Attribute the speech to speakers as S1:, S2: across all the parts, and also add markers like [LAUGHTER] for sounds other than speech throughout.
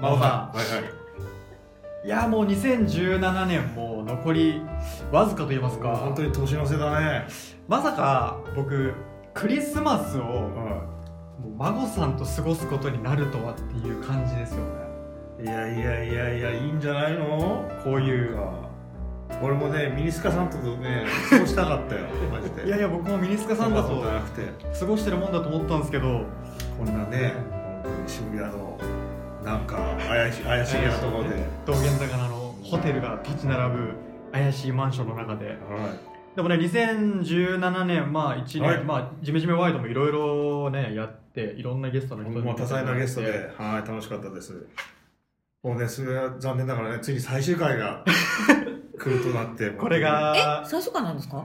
S1: 真央さ
S2: はいはい
S1: んいやもう2017年も残りわずかと言いますか
S2: 本当に年の瀬だね
S1: まさか僕クリスマスをも
S2: は
S1: う孫さんと過ごすことになるとはっていう感じですよね
S2: いいやいやいやいやいいんじゃないの
S1: こういう
S2: か俺もねミニスカさんとね過ごしたか [LAUGHS] ったよマジで
S1: いやい
S2: や
S1: や僕もミニスカさんだ
S2: そんなことじゃなくて
S1: 過ごしてるもんだと思ったんですけど
S2: こんなね本当に渋谷のなんか怪し怪しげなところで、
S1: 道玄坂のあのホテルが立ち並ぶ怪しいマンションの中で
S2: は
S1: でもね2017年まあ1年、
S2: はい
S1: まあジメジメワイドもいろいろねやっていろんなゲストの
S2: い
S1: 人に
S2: もう多彩なゲストではい楽しかったですもうねそれは残念ながらねついに最終回 [LAUGHS] が来るとなって
S1: これが
S3: 最初からなんですか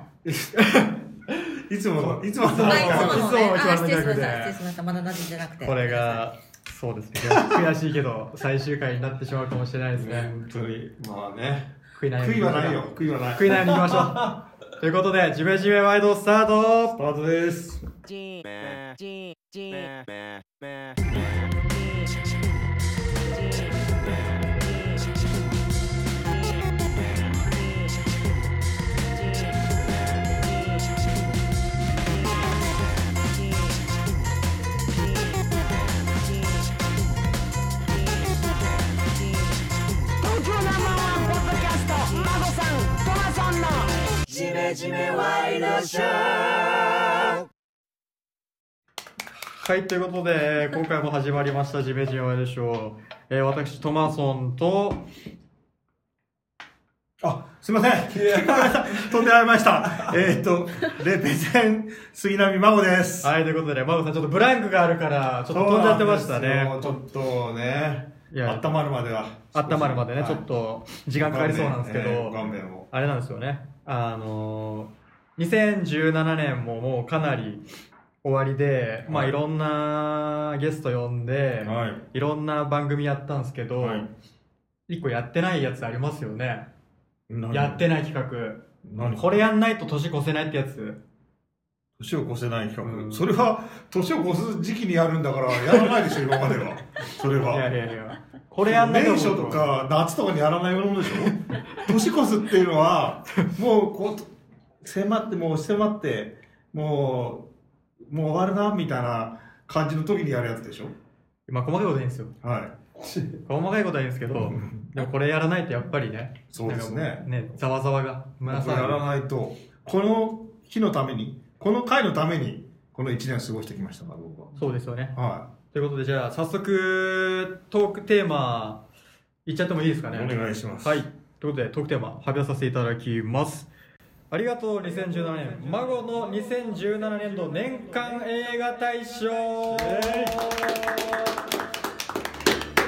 S2: いつものいつもの
S1: そう
S3: あ、
S1: はい
S3: つも
S1: いつも
S3: のね。
S1: の一番
S3: あ、失礼し
S1: 長
S3: ました。
S1: く
S3: 失
S1: て
S3: 礼しました。まだ馴染んでなくて。
S1: これがそうですね悔しい
S2: [LAUGHS]
S1: けど最終回になってしまうかもしれないです
S2: ね
S1: ね
S2: 本当にまあね
S1: 悔いない
S2: 悔いはないよ悔いはない
S1: 悔いないようにいきま
S2: [LAUGHS]
S1: しょうということでジメジメワイドスタート
S2: スタートです
S4: 東京ナンバーワンポッドキャスト孫さんトマソンのジメジメワイドショー
S1: はいということで今回も始まりましたジメジメワイドショー、えー、私トマソンと
S2: あすいません飛んで会いま [LAUGHS] したえーっとレペゼン杉並真帆です
S1: はい、ということでね、マゴさん、ちょっとブランクがあるから、ちょっと飛んじゃってましたね。
S2: そうなんですよちょっとね
S1: いや
S2: 温まるまでは
S1: 温まるまでね、
S2: はい
S1: ちょっと時間かかりそうなんですけど、
S2: ご勘弁を
S1: あれなんですよね。あのー、2017年ももうかなり終わりで、まあ、
S2: はい
S1: いろんなゲスト呼んで、
S2: はい
S1: いろんな番組やったんですけど、
S2: はい
S1: 一個やってないやつありますよね。
S2: 何
S1: やってない企画。
S2: 何
S1: これやんないと年越せないってやつ。
S2: 年を越せない企画、
S1: うん
S2: それは年を越す時期にやるんだからやらないでしょ今まではそれ
S1: い
S2: は
S1: やいやいや。これやんない
S2: 年初とか夏とかにやらないものでしょ年越すっていうのはもうこう迫ってもう迫ってもうもう終わるなみたいな感じの時にやるやつでしょ
S1: まあ、細かいことはいいんですよ。
S2: はい
S1: 細かいことはいいんですけど、
S2: うん
S1: でもこれやらないとやっぱりね、
S2: そうですね
S1: ね、ざわざわが、
S2: これ
S1: 胸騒
S2: やら
S1: ぎ。
S2: ないとこの日のためにこの回のためにこの1年を過ごしてきましたから僕は
S1: そうですよね。
S2: は
S1: ということで、じゃあ、早速、トークテーマ、いっちゃってもいいですか
S2: い、
S1: ね。
S2: お願いします
S1: はい。ということで、トークテーマ、発表させていただきます。ありがとう2017年、孫の2017年度年間映画大賞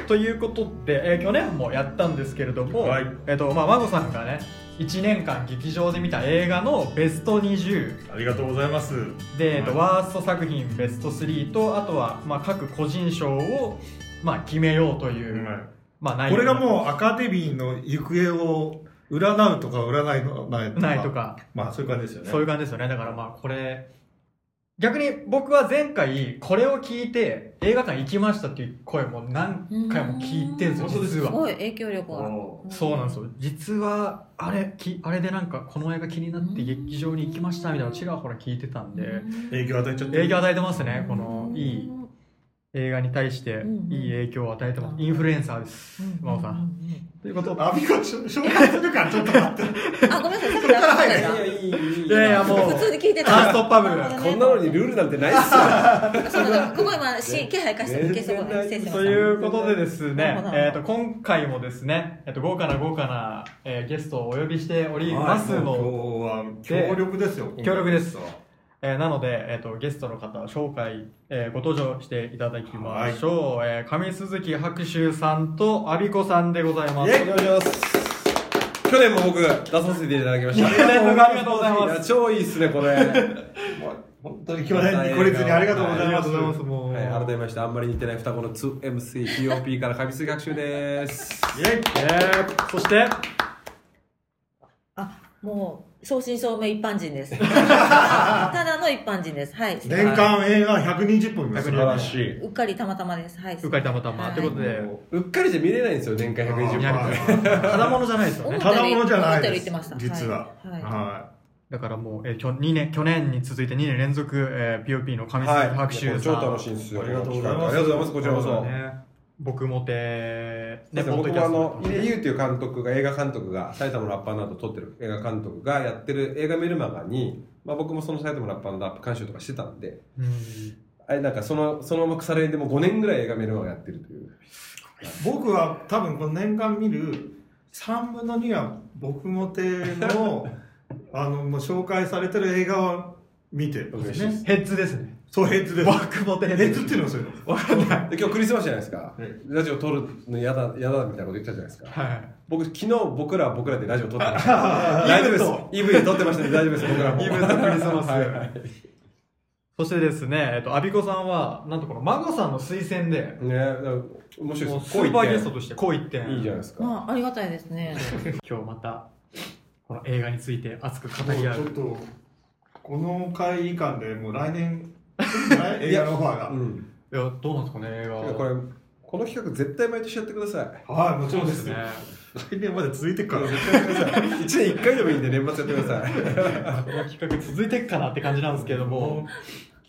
S1: ということで、えー去年もやったんですけれども、
S2: はい
S1: えっ、と、まあ、孫さんがね、1年間劇場で見た映画のベスト20、
S2: ありがとうございます
S1: で、えっと
S2: は
S1: ワースト作品ベスト3とあとは、まあ、各個人賞を、まあ、決めようとい、
S2: いうはい
S1: まあ、内
S2: こ
S1: 容
S2: れがもうアカデミーの行方を占うとか占いのないとか
S1: ないとか、
S2: まあそういう感じですよね
S1: そういう感じですよねだからまあこれ逆に僕は前回これを聞いて映画館行きましたっていう声も何回も聞いてるんですよ
S2: うーん
S1: 実
S3: す
S1: は
S3: ごい影響力が。
S2: お
S1: そうなんですよ実はあれきあれでなんかこの映画気になって劇場に行きましたみたいなのちらほら聞いてたんで
S2: 影響与えちゃってる
S1: 影響与えてますねこのいい映画に対して
S3: うん
S1: いい影響を与えてますインフルエンサーです真央さん。ということ
S2: アビコ紹介するからちょっと待って
S3: あ、ごめんなさい。さっきラッ
S5: いやいやいいいい
S1: いやいやもう
S3: 普通に聞いて
S1: アンス
S3: た。
S1: トッパブル
S3: あ
S5: こんなのにルールなんてないっすよ
S3: そうだからここ今、し気配貸して消してこない。失礼しま
S1: と
S3: し
S1: いうことでです
S3: なる
S1: ね
S3: ほど、
S1: えー、と今回もですね、えー、と豪華な豪華な、えーゲストをお呼びしておりま
S2: [LAUGHS]
S1: す
S2: はい
S1: の、
S2: もう今日は強力ですよ
S1: 強力です
S2: 今
S1: えーなので、えー、とゲストの方紹介、えーご登場していただきましょう、えー上鈴木白秋さんと阿ビ子さんでございます
S5: イェイお願いします去年も僕出させていただきました
S1: 去年 [LAUGHS] もありがとうございます
S5: いや超いいっすねこれ本当に
S2: 日はねニコレツにありがとうございます
S1: ありがとうございますもう
S5: はい、改めましてあんまり似てない双子の 2MCPOP から上杉学習です
S2: 日イェイ
S1: えーそして
S3: た。あ、もう正真正銘一般人で
S1: [LAUGHS]
S3: すただの一般人ですはい
S2: 年間映画120本見ます
S1: 素晴らしいう
S3: っかりたまたまですはいう
S1: っかりたまたま、
S3: はい
S1: ということで
S5: うっかりじゃ見れないんですよ、年間120
S1: いや
S5: 本。
S1: ただものじゃないですよ
S3: 思
S1: ね
S3: った
S2: ただものじゃない
S3: 思ったよ
S2: で
S3: り言っ
S2: す
S3: てました
S2: 実は
S3: はいはい
S2: は
S1: だからもう、えー、きょ二年去年に続いて2年連続、えー、POP の神鈴木白秋さん、
S5: 超楽しいんですよ。
S2: ありがとうございます
S5: ありがとうございます、こちらこそ。
S1: ね僕もてポ
S5: ね、
S1: ッ
S5: 僕
S1: ドキャ
S5: もあ
S1: スト
S5: の、井出優っていう監督が、映画監督が、埼玉のラッパーなどを撮ってる映画監督がやってる映画メルマガに、まあ僕もその埼玉のラッパーのラップ監修とかしてたんで、
S1: うん
S5: あれなんかその、そのまま腐れ縁でも5年ぐらい映画メルマガやってるという。
S2: い僕は多分この年間見る3分の2は僕もて
S1: [LAUGHS]
S2: のあのもう紹介されてる映画を見てるんですね
S5: 嬉しい
S1: ヘッズですね
S2: そうヘッズです
S1: 僕もてヘ
S2: ヘッズっていうのはそういうの
S1: わかんない
S5: で、今日クリスマスじゃないですか
S2: え。
S5: ラジオ撮るの嫌だ、嫌だみたいなこと言ってたじゃないですか。
S1: はい
S5: 僕、昨日僕らは僕らでラジオ撮ってまし
S1: [LAUGHS]
S5: た。大丈夫です。イブで撮ってましたんで大丈夫です、僕らも。
S1: イブとクリスマス
S5: はいはい
S1: そしてですね、えっと、アビコさんは、なんとこの、孫さんの推薦で、
S5: ね、だから面白い
S1: も
S5: で
S1: う
S5: す。
S1: スーパーゲス
S5: こ
S1: トとして、こう一
S5: う
S1: 点。
S5: 言っていいじゃないですか。
S3: まあありがたいですね
S1: 今日また、この映画について熱く語り合
S2: もう
S1: う。
S2: ちょっとこの会議館でもう来
S1: [LAUGHS]
S2: 年来映画のオファ
S5: う
S2: ー
S5: ん。
S1: いや、どうなんですかね、映
S5: てか
S1: 画。
S5: これこの企画絶対毎年やってく
S1: [LAUGHS]
S5: ださい
S2: がはいもちろんです
S1: ね
S2: よ。来年まで続いてっから
S5: 絶対やってください1年1回でもいいんで年末やってください
S1: この企画続いてっかなって感じなんですけども、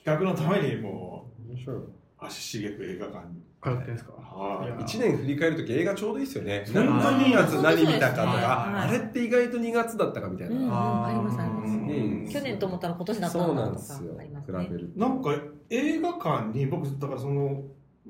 S2: 企画のためにも
S5: 面白いう
S2: 足しげく映画館に
S1: 通ってんですか
S2: はい
S1: いや
S5: 1年振り返るとき映画ちょうどいいですよね
S2: そう
S5: 何
S1: はい
S5: 何月何見たかと
S1: はい
S5: か
S3: はい
S5: あれって意外と2月だったかみたい
S3: うん、う、
S5: なん
S3: ありますあり
S2: う
S3: ま
S2: ん
S5: ね
S3: す去年と思ったら今年だった
S5: そうんな
S3: だ
S5: ん
S3: と
S5: で
S3: か
S5: すよ
S3: あります
S5: 比べ
S3: ね
S5: る
S2: なん
S5: と
S2: か映画館に僕だからその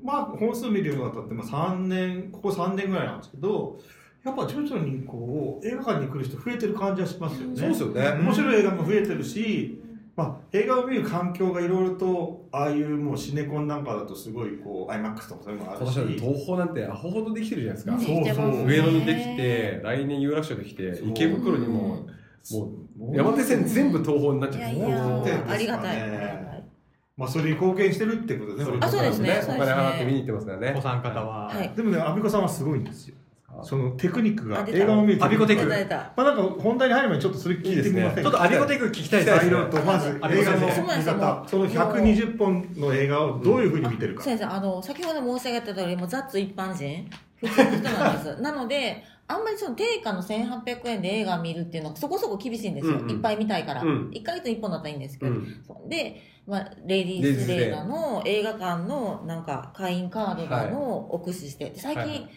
S2: まあ本数見るようになったって、まあ、3年ここ3年ぐらいなんですけどやっぱ徐々にこう映画館に来る人増えてる感じはしますよね。
S5: そうですよね
S2: 面白い映画も増えてるし、まあ、映画を見る環境がいろいろとああいうもうシネコンなんかだとすごいこう IMAX とかそういうのがある
S5: 今
S2: し
S5: 年は東宝なんてアホほどできてるじゃないですか
S2: そうそう
S5: 上野にできて来年有楽町できて
S2: そう
S5: 池袋にももう山手線全部東宝になっ
S3: い
S5: ちゃ
S3: や
S5: う
S3: いや
S2: 本当ですかね
S3: ありがたいありがたい
S2: まあ、それに貢献してるってことですね
S3: あそうですね
S5: お金払って見に行ってますからね
S1: お三方は、
S3: はい
S2: でもねアビコさんはすごいんですよ
S5: あ
S2: そのテクニックが
S3: あ出た
S2: 映画を見る
S1: アビコテク
S3: 出た出た
S2: まあなんか本題に入る前にちょっとそれ聞いてみません
S1: ちょっと
S2: か
S1: アビコテク聞きたいです
S2: 材
S1: ね。
S2: 料とまず
S1: あ
S2: 映画の
S3: そうなん
S2: 見
S3: ですよ
S2: 方その
S3: う
S2: 120本の映画をどういうふうに見てるか
S3: 先生あの先ほど申し上げた通りもうザッツ一般人普通の人なん
S5: [LAUGHS]
S3: ですなのであんまりその定価の1800円で映画見るっていうのはそこそこ厳しいんですよ、
S5: うんうん
S3: いっぱい見たいから、
S5: うん
S3: 1ヶ月に1本だったらいいんですけ
S5: う
S3: ど、
S5: ん
S3: そうで、まあ、レディースデーだの映画館のなんか会員カードだのを駆使して、で最近、
S5: はいはい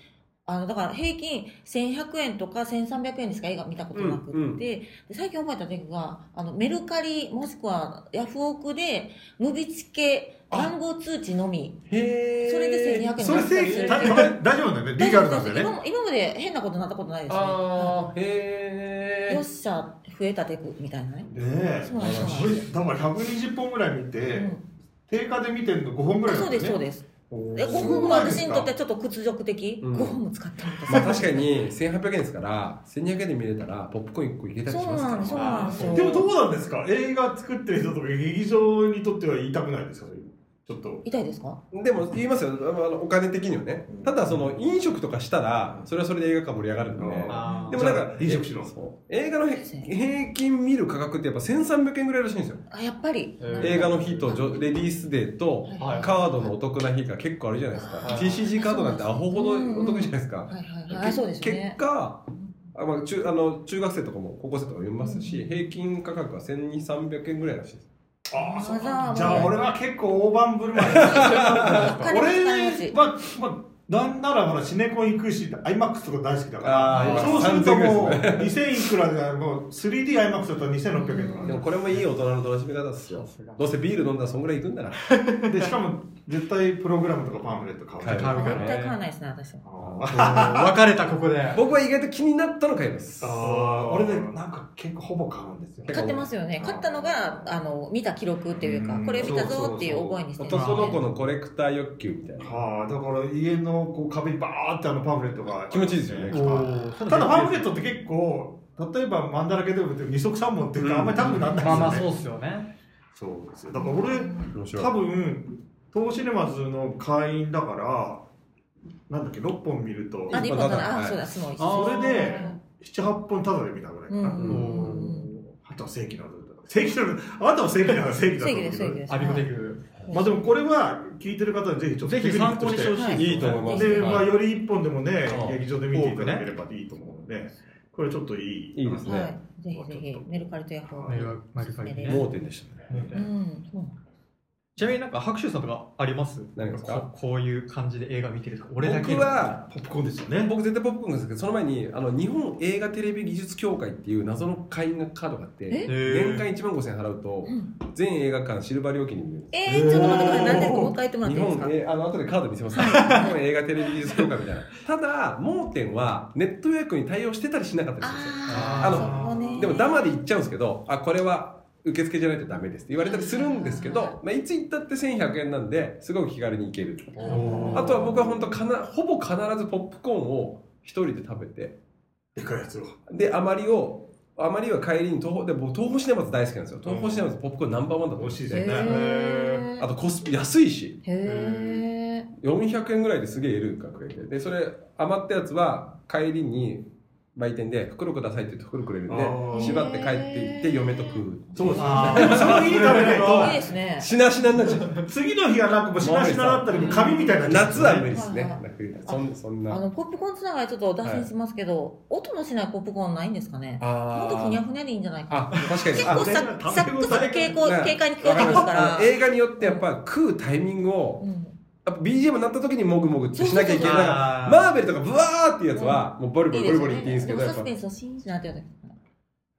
S3: あのだから平均1100円とか1300円でしか映画見たことなくって、
S5: うんうん
S3: で最近覚えた時があのメルカリもしくはヤフオクで無ビチ系暗号通知のみ
S5: へー
S3: それで1200円
S2: それ
S3: だったり
S2: 正
S3: す
S2: 義
S3: る
S2: た大丈夫なんだよねリーガルなんだよ
S3: 今
S2: ね
S3: も今まで変なことになったことないですね
S5: あーへ
S3: うん
S5: ー
S3: よっしゃ増えたテクみたいなね、
S2: ねえ
S3: そうなんです
S2: これだから120本ぐらい見て、
S3: うん
S2: 定価で見てるの5本ぐらい
S3: そうですそう
S2: す
S3: です
S2: 5
S3: で5本は私にとってはちょっと屈辱的、
S5: うん
S3: 5本も使ったみたい
S5: まあ確かに1800円ですから1200円で見れたらポップコーン1個入れたりしますから
S3: そうなんですそうなん
S2: でもどうなんですか映画作ってる人とか劇場にとっては言いたくないですかそういうちょっと
S3: 痛いですか
S5: でも言いますよあのあのお金的にはねただその飲食とかしたらそれはそれで映画館盛り上がるんで
S2: あ
S1: あー
S5: でもなんか
S2: じゃあ飲食しろ
S5: そう映画のへ平均見る価格ってやっぱ1300円ぐらいらしいんですよ
S3: あやっぱり、
S1: えー
S5: 映画の日とジョレディースデーと
S1: はい
S5: カードのお得な日が結構あるじゃないですか
S1: はい
S5: TCG カードなんてアホほどお得じゃないですか
S3: はいはいはいあそうですよね
S5: 結果あ、まあ、中あの中学生とかも高校生とかも読みますし、平均価格は1200円ぐらいらしいです
S2: ああそう
S3: ま
S2: か
S3: だ
S2: じゃあ俺は結構大盤振る舞い俺
S3: 金持ち金持ち
S2: は、まあ、なんならほらシネコン行くし iMAX とか大好きだか
S5: あ
S2: ら
S5: ー
S2: そうするともう
S5: 3000
S2: 2000いくらでもう 3DiMAX だったら2600円とか
S5: でもこれもいい大人の楽しみ方ですよどうせビール飲んだらそんぐらいいくんだな
S2: でしかも絶対プログラムとかパンフレット買うじゃん
S5: 買う
S1: から
S3: 絶対買わないですね私は
S2: あー
S1: 別れたここで。
S5: 僕は意外と気になったの買います
S2: あー俺ねなんか結構ほぼ買うんですよ
S3: 買ってますよね買ったのがあの見た記録っていうか
S2: うん
S3: これ見たぞっていう覚えにしてます、ね、
S5: 男の子のコレクター欲求みたいな
S2: はあだから家のこう壁にバーってあのパンフレットが
S5: 気持ちいいですよね
S1: おー
S2: ただパンフレットって結構例えばマンダラケでも2足3本っていうか、あんまり高くならないです
S1: ま
S2: よ
S1: あ
S2: ね、
S1: まあ、そうっすよね。
S2: そうですよだから俺
S5: 面白い
S2: 多分東シネマズの会員だからなんだっけ6本見ると
S3: あで一本
S5: 一本ただ
S3: だあ
S5: はい
S3: そうだすごい
S1: あ
S2: それで78本タダで見たぐらいかな、
S3: うんうんうん
S2: あとは正規のルール正規のルールあなたは正規なら正規だと
S3: 正
S2: 思う
S3: 義
S2: け
S3: で
S2: ど
S3: す、正義です。
S1: アビコテ
S3: はい
S1: クル。
S2: まあでもこれは聞いてる方にぜひちょっと
S1: ぜひ参考にしてほしい。
S3: はい
S5: いいと思います
S2: で、
S5: はい
S2: まあ、より一本でもね
S1: そう、
S2: 劇場で見ていただければいいと思うので、これちょっといい。
S5: いいですね
S3: はい。ぜひぜひ、メルカリとヤフオク
S1: メルマルカリね
S5: 盲点でした
S3: う
S5: ね。
S3: ん、そうなんだ
S1: ちなみになんか白秋さんとかあります
S5: 何ですか
S1: ここういう感じで映画見てるとか、俺だけ
S5: 僕
S1: の
S5: は、
S2: ポップコーンですよね。
S5: 僕絶対ポップコーンですけど、その前に、あの、日本映画テレビ技術協会っていう謎の会員がカードがあって、
S3: え
S1: へー
S5: 年間1万5000円払うと
S3: うん、
S5: 全映画館シルバー料金に見れるんです。
S3: えー、ちょっと待ってください。何ですかもう一回言ってもらっ
S5: 日
S3: ていいですか
S5: 本えーあの後でカード見せますから日本映画テレビ技術協会みたいなただ盲点はネット予約に対応してたりしなかったりするんですよ
S3: あー、
S1: あの
S3: そこね。
S5: でもダマで言っちゃうんですけどあこれは受付じゃないとダメですって言われたりするんですけど、まあ、いつ行ったって1100円なんですごく気軽に行けるあとは僕は本当かなほぼ必ずポップコーンを一人で食べて
S2: でかいやつを。
S5: であまりをあまりは帰りに東宝で僕東宝シネマズ大好きなんですよ東宝シネマズポップコーンナンバーワンだと思
S2: 美味
S5: っ
S2: しい
S5: て
S2: です
S5: て
S2: よね。
S3: へー
S5: あとコスピ安いし
S3: へー。
S5: 400円ぐらいですげえ得る額が得てでそれ余ったやつは帰りに売店で袋くださいって言って袋くれるん
S2: あー
S5: で縛って帰っていって嫁と食う
S2: そうですね。
S1: あ
S2: でもその日に食べない
S3: いいですね。
S5: しなしなになっちゃう
S2: と、次の日はなんかもうしなしなだったり、もう紙みたいになっちゃう
S5: 夏は無理です
S3: はい
S5: ね
S3: はい
S5: 冬はそんそん
S3: あ
S5: な
S3: の、ポップコーンつながりちょっと脱線しますけど、音のしないポップコーンないんですかねも
S5: あ
S3: っとふにゃふにゃでいいんじゃないか
S5: あ確かに
S3: 結
S5: あ
S3: 構さ
S2: あ
S3: サックス傾向
S5: ね
S3: 軽快に聞こえてくるから
S5: あの。映画によってやっぱ食うタイミングを
S3: うん
S5: やっぱ BGM になった時にもぐもぐってしなきゃ
S1: そうそ
S5: いけない
S1: うそう
S5: なんか
S1: あー
S5: マーベルとかブワーっていうやつはもうボリボ
S3: いい
S5: リ
S3: で
S5: ボ
S3: す
S5: リ
S3: よ
S5: ボリいってい
S3: ね。
S5: いんですけ
S3: で
S5: ど
S3: も
S5: や
S3: サ
S5: っぱ
S3: スペンスをシーンってなってる時。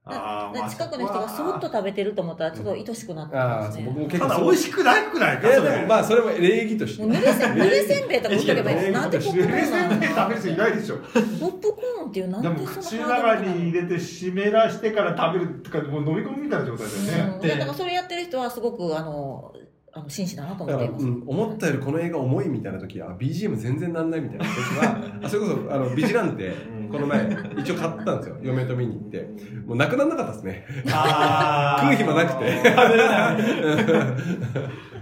S2: あーまあ
S3: だ近くの人がそっと食べてると思ったらちょっと愛しくなってき
S5: あ
S3: ま
S5: あ
S3: す
S5: ー
S3: ね。
S5: 僕
S3: も
S5: も
S2: た
S5: 結構
S2: だ
S5: そう
S2: 美味しくないくない
S5: い
S2: か
S5: や
S2: それ
S5: でもまあそれも礼儀として
S3: うぬれせんぬれせんべいとか売っとけばいいです。
S5: え
S3: なんでポップコ
S2: 冷
S3: ーンな
S2: 静
S3: ん
S2: で食べる人いないでしょ。
S3: ポップコーンっていうなん
S2: でも
S3: でそ
S2: 口
S3: ん
S2: の
S3: なハー
S2: 中
S3: ドル高い
S2: に入れて湿らしてから食べるとかもう飲み込むみたいな状態だよね。
S3: うんいやだからそれやってる人はすごくあのあの紳士だなと思っ
S5: だか
S3: て
S5: ら、
S3: います。
S5: うん、思ったよりこの映画重いみたいな時はあ BGM 全然なんないみたいな時 [LAUGHS] はあそれこそあのビジランテ
S2: うん
S5: この前一応買ったんですよ嫁と見に行ってもうなくならなかったですね
S2: あ
S5: 食う暇なくて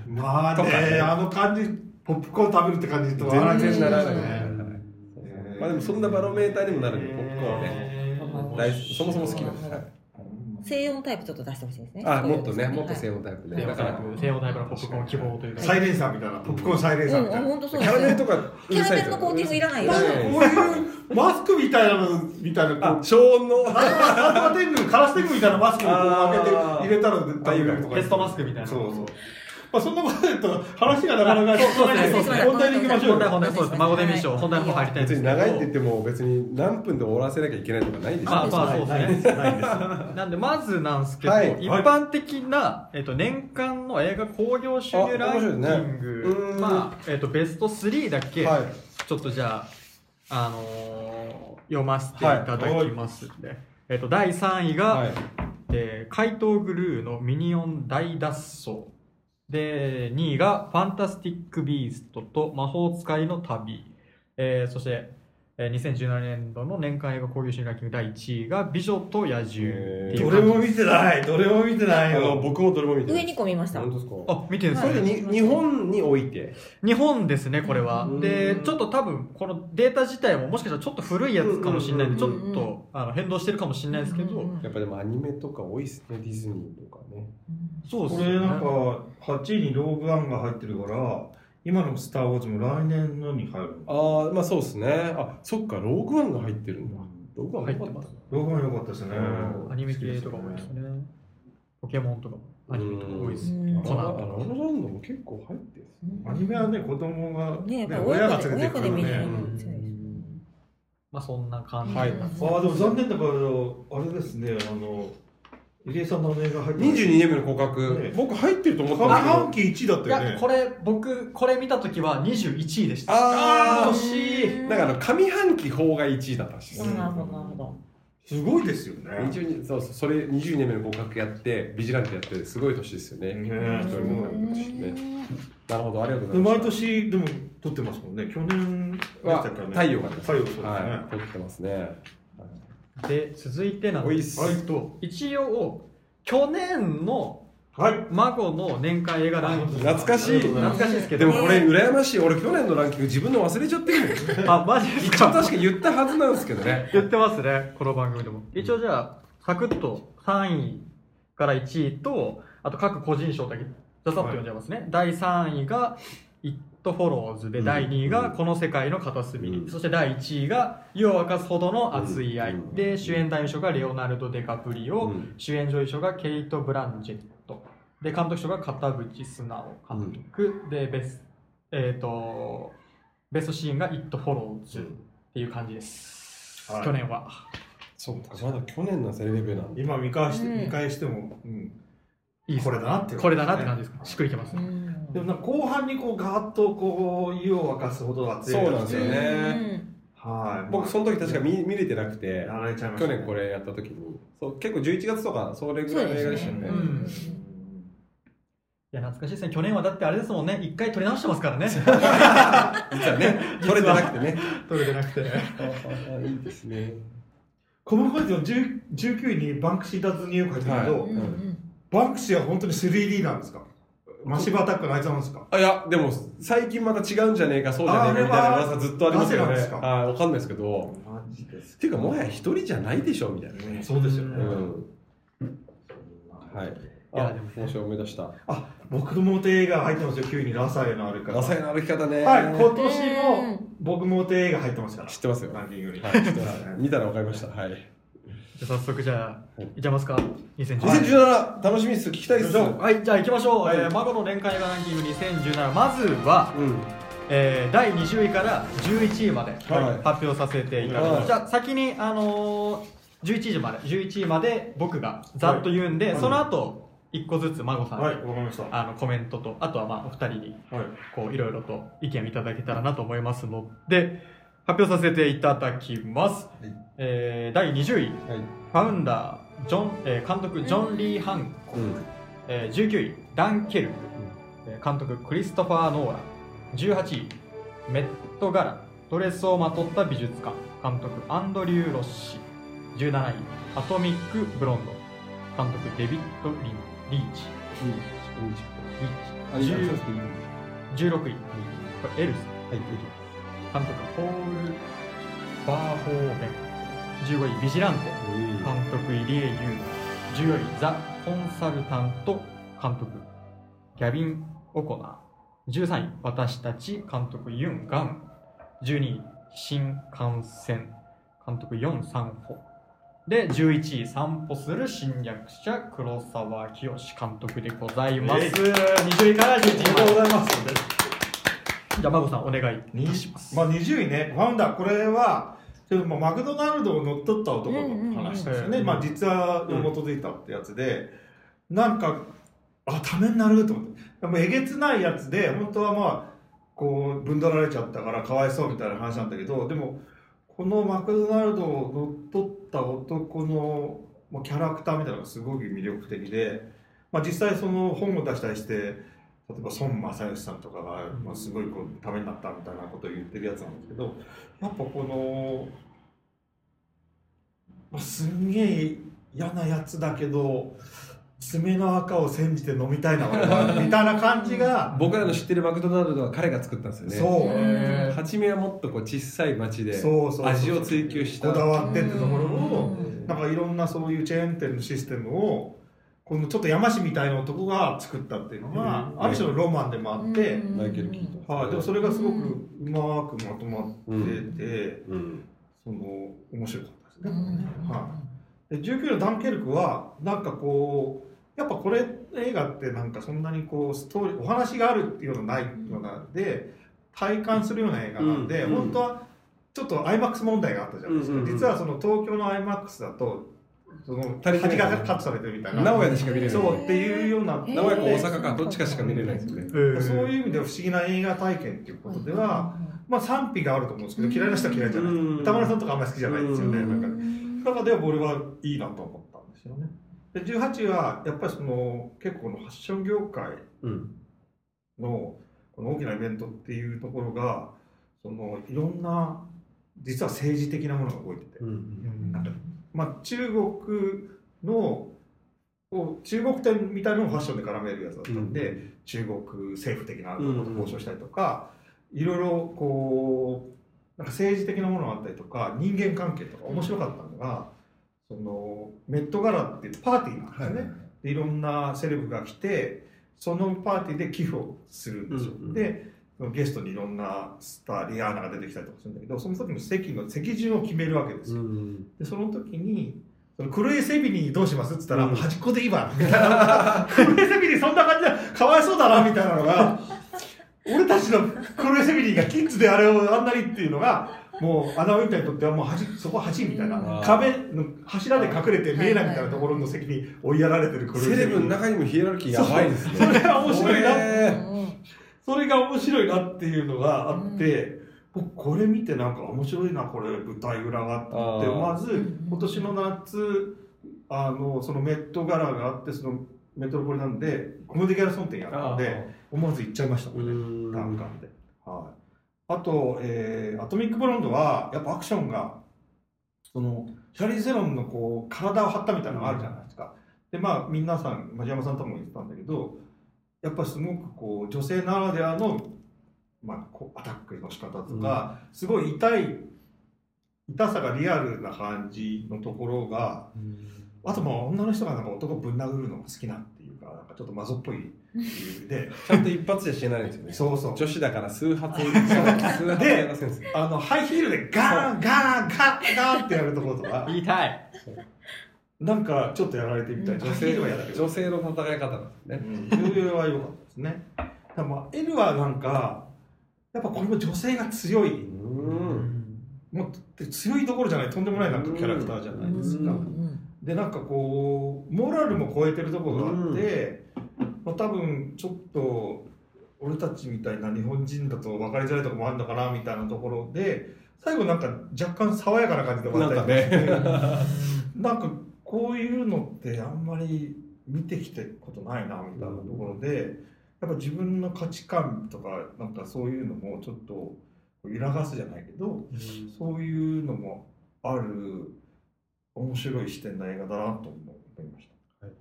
S2: まあ
S5: とかね
S2: ね、あの感じ、ポップコーン食べるって感じと
S5: 全
S2: は合わない
S5: 然ならない、
S2: ね
S5: はいまあでもそんなバロメーターにもなるんでポップコーンはね大好きそもそも好きなんです、はい
S3: 西洋タイプちょっと出してほしいですね。
S5: あ
S3: そういう
S5: もっとねもっと西
S3: 洋。
S5: 洋タイプ
S1: 西
S5: ね
S1: 洋
S5: だ
S1: タ
S5: か
S1: イ
S5: ら
S1: プ、西洋タイプのポップコーン希望というか。
S2: サイレンサーみたいな、ポップコーンサイレンサーみ
S3: う
S2: た
S3: ん、
S2: いな。
S3: 本当そ
S5: キ
S3: うです
S5: ャ
S3: よ。
S5: ラメルとかう
S3: キャ
S5: る
S3: ラ
S5: さい
S3: メ
S5: です
S3: ル
S5: よ
S3: のコーティングいらないで
S5: うる
S3: す
S5: さ
S3: よ。
S5: い
S2: こういうマスクみたいなの、みたいな、こ
S5: あ
S2: う、
S5: 超音の
S2: あカラステング、カラステングみたいなマスクをこう開けて入れたら絶対
S5: あー
S1: テストマスクみたいな。
S2: そうそう。まあそんなことだと話がなかなか
S1: あそうそうそうそう
S2: 本題に行きましょ
S1: 本
S2: う
S1: 題
S2: よ。
S1: 本題そうです。孫デミー賞、本題の方入りたいんで
S5: 別
S1: す
S5: に
S1: けど。
S5: 長いって言っても別に何分で終わらせなきゃいけないとかないでしょ
S1: まあまあそうですね。
S2: ないです。
S1: なんで、まずなんですけど、
S5: はい
S1: 一般的な、えっと、年間の映画興行収入ランキン
S5: あ面白いですね
S1: グ、
S5: うん
S1: まあ、えっと、ベスト3だけ、
S5: はい
S1: ちょっとじゃあ、あのー読ませていただきますんで、えっと、第3位が、
S5: はい
S1: えー怪盗グルーのミニオン大脱走。で、2位が、ファンタスティック・ビーストと魔法使いの旅。えーそして、えー2017年度の年間映画興行収入ランキング第1位が、美女と野獣っていう感じ
S2: どれも見てない、どれも見てない
S5: あの
S2: よ。
S5: 僕もどれも見てな
S3: 上
S5: い
S3: に込みました。
S5: 本当ですか
S1: あ、見てるんです
S5: そ
S1: か、
S5: れに日本において
S1: 日本ですね、これは
S5: う。ん
S1: で、ちょっと多分、このデータ自体ももしかしたらちょっと古いやつかもしれないんで、ち
S5: う
S1: ょ
S5: ん
S3: うんうん
S1: っとあの変動してるかもしれないですけ
S3: うんうんう
S1: ど
S3: ん、
S5: やっぱでもアニメとか多いですねディズニーとかね
S1: そうです
S2: こ
S1: ね。
S2: れなんか8位にローブワンが入ってるから、今のスター・ウォーズも来年のに入るの。
S5: ああまあそうですねあそっかローグワンが入ってるんだローグワン
S1: 入
S5: 入
S1: っ
S5: ってて
S1: ま
S5: ますす
S2: ローブワン良かったですね。
S1: アニメ系とかも多いですね。ポケモンとかもアニメとか多いです。
S3: うん
S1: コナン
S5: あララランドも結構入ってる
S2: アニメはね、子供が、
S3: ねやっぱ
S2: 親
S3: 親
S2: が
S3: 子で
S2: 連れてくる
S3: 親子で見れ
S2: ね
S3: る。
S1: まあそんな感じ
S5: はい
S2: ああ、でも残念だから、あれですね、あの、入江さんの名が入ってない
S5: 22年目の告白、
S2: ね
S5: 僕入ってると思った
S2: 上半
S5: んです
S2: 期1位だっ
S1: い
S2: たよ
S1: や、
S2: ね。
S1: これ、僕、これ見たときは21位でした。
S5: あー
S1: 惜しい。
S5: けどだからあの上半期法が1位だったらしいで
S3: な
S5: す、
S3: るほど、なるほど。
S2: すごいですよね。
S5: 22そうそうそれ22年目の合格やってビジランテやってすごい年ですよね、
S2: ね
S5: 一人も入ってるしねなるほどありがとう
S2: で
S5: ございます
S2: 毎年でも撮ってますもんね。去年でし
S5: は
S2: たからね。
S5: 太陽がね
S2: 太陽そうですね。
S5: はい撮ってますね
S1: で、続いてなんです
S5: おいっす
S1: けど、一応、去年の
S2: はい。
S1: 孫の年間映画ランキング。
S5: 懐かしい
S1: 懐かしいですけ
S5: で
S1: ど。
S5: もこれ羨ましい俺去年のランキング自分の忘れちゃってるの
S2: [LAUGHS]
S5: よ
S1: あ、マジです
S5: 一応
S1: か
S5: 確か言ったはずなんですけどね
S1: 言ってますね、この番組でも。一応じゃあ、サクッと3位から1位と、あと各個人賞だけ、ざざっと読んじゃいますね。第3位が、It Follows で、
S5: うん
S1: 第2位が、この世界の片隅に、
S5: うん
S1: そして第1位が、湯を沸かすほどの熱い愛、
S5: うん
S1: で、主演男優賞がレオナルド・デカプリオ、
S5: うん
S1: 主演女優賞がケイト・ブランジェット、で、監督賞が片渕素直監督、で、ベスト、えっ、と、ベストシーンが It Follows っていう感じです。
S2: はい
S1: 去年は。
S5: そうかまだ去年のセレベなんで
S2: 今見返して、
S3: うん
S2: 見返しても、うん
S1: いいです
S2: これだなっていう
S1: これだなって感じですか。しっくりきますね。
S2: でもなんか後半にこうガーッとこう湯を沸かすほど熱い
S5: そうなんですよね
S2: はい
S5: 僕その時確か見見れてなくて
S2: やられちゃいまし
S5: 去
S2: た、
S5: 年これやった時にそう結構11月とかそれぐらいの映画でしたよね
S2: そうですね
S1: うんいや、懐かしいですね。去年はだってあれですもんね。一回撮り直してますからね。 [LAUGHS]
S5: 実
S2: [LAUGHS]
S5: はね取れてなくてね
S1: 撮れてなくて。
S5: いいですね
S2: 細かいですよ10 19位にバンクシー脱入入ってるけど、
S5: は
S3: う
S5: い
S3: んうん
S2: バンクシーは本当に 3D なんですかマシブアタックのあいつなんですか
S5: あいやでも最近また違うんじゃねえかそうじゃねえかみたいな噂ずっとありますよ
S2: あれはなぜなん
S5: ね
S2: ですか
S5: あわかんないですけど
S2: マジです
S5: っていうかもはや一人じゃないでしょみたいなね
S2: そうですよね、
S5: うんはい
S1: いや
S5: あ
S1: でもね
S5: 面白い思い出した
S2: あ僕もて映画入ってますよ9位にラサイのあるから
S5: 野菜の歩き方ね
S2: はい今
S3: う
S2: 年も
S3: ん
S2: 僕もて映画入ってますから
S5: 知ってますよ
S2: ランキングに、
S5: はい知ってます見たらわかりましたはい
S1: じゃあ早速じゃあ、いっちゃいますか。2017。
S5: 2017楽しみです聞きたいですうん
S1: はい、じゃあ行きましょう。えー孫の年間映画ランキング2017。まずは、えー第20位から11位まで
S5: はい
S1: 発表させていただきます。
S5: はい
S1: じゃあ先に、あのー11位まで、11位まで僕がざっと言うんで、
S2: はい
S1: その後、1個ずつ孫さんに、
S2: はいわかりましたは
S1: あのコメントと、あとはまあお二人に
S2: い
S1: こういろいろと意見をいただけたらなと思いますので発表させていただきます、
S5: い
S1: えー第20位
S5: はい
S1: ファウンダージョン、えー監督ジョン・リー・ハンコ、
S5: うん
S1: えー19位ダン・ケルク、えー監督クリストファー・ノーラン18位メット・ガラドレスをまとった美術館監督アンドリュー・ロッシ17位アトミック・ブロンド監督デビッド・リンリーチ
S5: あ
S1: リ
S5: いい
S1: ー
S5: じゃん
S1: チ16位これエルス
S5: はい
S1: 監督ポール・バーホーベン15位ビジランテ監督入江優14位ザ・コンサルタント監督ギャビン・オコナー13位私たち監督ユン・ガン12位新幹線監督ヨン・サンホで11位散歩する侵略者黒沢清監督でございます、
S2: えい
S1: 20位から11位まで
S2: ざいます
S1: じゃあ孫さんお願い
S2: にまあ、20位ね、ファウンダー、これは、ちょっとまあマクドナルドを乗っ取った男の話ですよ
S1: うんうんう
S2: ね、
S1: ん
S2: まあ、実話に基づいたってやつで、なんか、あ、ためになると思って、でもえげつないやつで、本当はまあ、こう、ぶんどられちゃったからかわいそうみたいな話なんだけど、でも、このマクドナルドを乗っ取った男のまあキャラクターみたいなのがすごく魅力的で、まあ、実際その本を出したりして、例えば孫正義さんとかが、まあ、すごいこうためになったみたいなことを言ってるやつなんですけどやっぱこの、まあ、すんげえ嫌なやつだけど爪の赤を煎じて飲みたいな俺はみたいな感じが、
S5: 僕らの知ってるマクドナルドは彼が作ったんですよね
S2: そうう。
S3: ん
S5: 初めはもっとこう小さい町で
S2: そうそう
S5: 味を追求した
S2: こだわってってところ
S3: う
S2: を
S3: ん
S2: なんかいろんなそういうチェーン店のシステムをこのちょっと山師みたいな男が作ったっていうのが、
S5: うん
S2: ある種のロマンでもあって、
S3: うん
S5: マイケル・キートン
S2: はい、でもそれがすごくうまくまとまってて、
S5: うん
S2: その面白かったです
S3: う
S2: ね。
S3: ん
S2: はい、で19のダンケルクはなんかこうやっぱこれ映画ってなんかそんなにこうストーリーお話があるっていうのないようなで体感するような映画なんで、
S5: うん
S2: 本当はちょっと IMAX 問題があったじゃないですか、
S5: うんうんうん
S2: 実はその東京の IMAX だとその
S5: 足りてな
S2: 端
S5: い
S2: がカットされてるみたいな
S5: 名古屋でしか見れない
S2: そうっていうような
S5: 名古屋か大阪かどっちかしか見れないですよね
S2: そういう意味では不思議な映画体験っていうことでは、まあ賛否があると思うんですけど嫌いな人は嫌いじゃない、
S5: うん
S2: 歌丸さんとかあんまり好きじゃないですよね、
S5: うん
S2: なんか中では俺はいいなと思ったんですよねで18はやっぱりその結構このファッション業界
S5: うん
S2: のこの大きなイベントっていうところがそのいろんな実は政治的なものが動いてて、
S5: うん
S2: なんかまあ、中国のこう中国店みたいなのをファッションで絡めるやつだったんで、中国政府的なところと交渉したりとか、いろいろこうなんか政治的なものがあったりとか人間関係とか面白かったのが、そのメットガラっていうパーティーなんですよね、でいろんなセレブが来てそのパーティーで寄付をするんですよ、
S5: うんうん
S2: でゲストにいろんなスターリアーナが出てきたりとかするんだけどその時の席の席順を決めるわけですよ、
S5: ん
S2: でその時にそのクルエ・セビニーどうしますって言ったら、
S5: うん
S2: 端っこでいいわみたいな [LAUGHS] クルエ・セビニーそんな感じだかわいそうだなみたいなのが俺たちのクルエ・セビニーがキッズであれをあんなにっていうのがもうアナウンタにとってはもう端そこ端みたいな
S5: うん
S2: 壁の柱で隠れて見えないみたいなところの席に追いやられてるクルエ・
S5: セレブの
S2: ニー
S5: 中にもヒエラルキーやばいですね。
S2: それは面白いな
S5: な
S3: うん
S2: それが面白いなっていうのがあって、僕これ見てなんか面白いなこれ舞台裏がと思って
S5: あー
S2: ま
S3: う
S2: ず
S3: ん
S2: 今年の夏あのそのメットガラがあってそのメトロポリタンでコメディギャルソン店やったんで思わず行っちゃいましたこれね短歌で、はい、あと、えーアトミック・ブロンド」はやっぱアクションがそのシャーリー・セロンのこう体を張ったみたいなのがあるじゃないですか、でまあ皆さん町山さんとも言ってたんだけどやっぱりすごくこう女性ならではの、まあ、こうアタックの仕方とか、すごい痛い痛さがリアルな感じのところがあとまあ女の人がなんか男ぶん殴るのが好きなっていうかなんかちょっとマゾっぽい理由で
S5: ちゃんと一発じゃ死ねないんですよね。
S2: そうそう
S5: 女子だから数発、数発やらせるんですよ。
S2: あの、ハイヒールでガーン、ガーン、ガーン、ガーンってやるところとか、
S1: 言いたい
S2: なんかちょっとやられてみたい。女
S5: 女
S2: 性
S5: 性
S2: はやだけど。
S5: 女性の戦い方なんですね。
S2: 女優は良かったですね。でも、L はなんか、やっぱこれも女性が強
S5: う
S2: い。
S5: ん。
S2: もう強いどころじゃない、とんでもないなんかキャラクターじゃないです
S3: う
S2: か。
S3: ん
S2: で、なんかこう、モラルも超えてるところがあって、まあ多分ちょっと、俺たちみたいな日本人だと分かりづらいところもあるのかなみたいなところで、最後なんか若干爽やかな感じで終わったりとかして
S5: なん
S2: なんかこういうのってあんまり見てきてることないなみたいなところで、やっぱ自分の価値観とかなんかそういうのもちょっと揺らがすじゃないけどそういうのもある面白い視点の映画だなと思いました、
S5: はい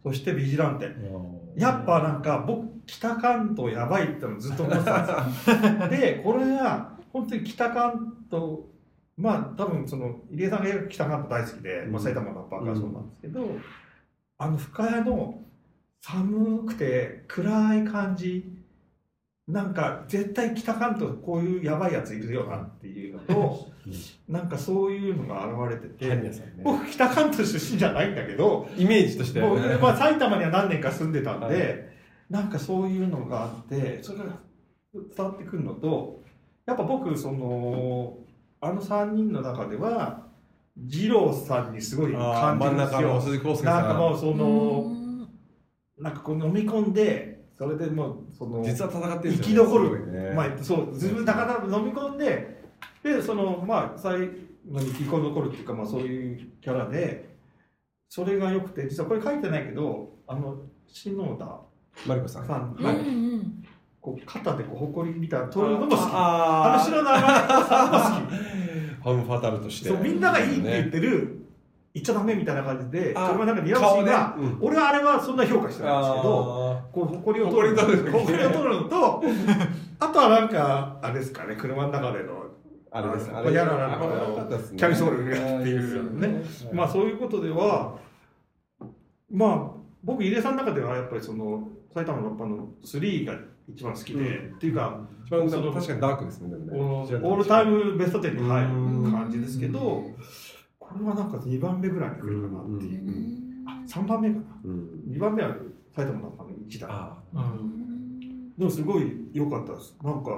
S2: そして「ビジランテ」やっぱなんか僕北関東やばいってのずっと思ってたん [LAUGHS] ですよでこれが本当に北関東まあ多分その入江さんが北関東大好きで、まあ、
S5: うん
S2: 埼玉のラッパーからそうなんですけど、あの深谷の寒くて暗い感じなんか絶対北関東こういうやばいやついるよなっていうのと、なんかそういうのが現れてて、
S5: 般若さんね
S2: 僕北関東出身じゃないんだけど、
S5: イメージとしては
S2: も
S5: ね
S2: うまあ、埼玉には何年か住んでたんで、
S5: は
S2: なんかそういうのがあってそれが伝わってくるのとやっぱ僕そのあの3人の中では二郎さんにすごい
S5: あー
S2: 感じ
S5: 真
S2: るん
S5: ん
S2: で
S5: 中
S2: す
S5: の
S2: よ。
S5: 鈴木康介
S2: なんか
S5: さ
S2: も
S5: ん
S2: うそのなんかこう飲み込んでそれでもうその
S5: 実は戦ってるんです
S2: 生き残る
S5: すごいね
S2: まあ、そう自分なかなか飲み込んででそのまあ最後に生き残るっていうか、まあ、そういうキャラでそれがよくて実はこれ書いてないけどあの篠田
S5: マリコさん
S2: さん
S3: うんう
S2: が
S3: ん
S2: こう肩でこう誇りみたいな取るのも好きあ
S5: あ
S2: の
S5: ー
S2: 篠田さんも好
S5: ファムファタルとし
S2: き
S5: て
S2: そうみんながいいって言っ
S5: ね
S2: てる言っちゃダメみたいな感じで
S5: あー
S2: それはなんか宮内
S5: 顔ね
S2: が
S5: うん
S2: 俺はあれはそんな評価してないんですけどこう誇りを取る
S5: 誇り取る
S2: 誇りを取るのとあとはなんかあれですかね車の中での
S5: あれです
S2: あ
S5: あれ
S2: やらなの
S5: あれ良かったですね
S2: キャミソールがっていうね
S5: あーいいですよ
S2: まあそういうことではまあ僕入江さんの中ではやっぱりその埼玉のラッパーの3が一番好きで、
S5: うん
S2: っていうか
S5: 一番その確かにダークですねでもね
S2: オールタイムベスト10に入
S5: う
S2: る
S3: ん
S2: 感じですけどこれはなんか2番目ぐらいに来るかなっていうう、
S3: ん
S2: あ3番目かな
S5: うん
S2: 2番目は埼玉のラッパーの1だ
S5: あ
S2: でもすごい良かったです。なんか、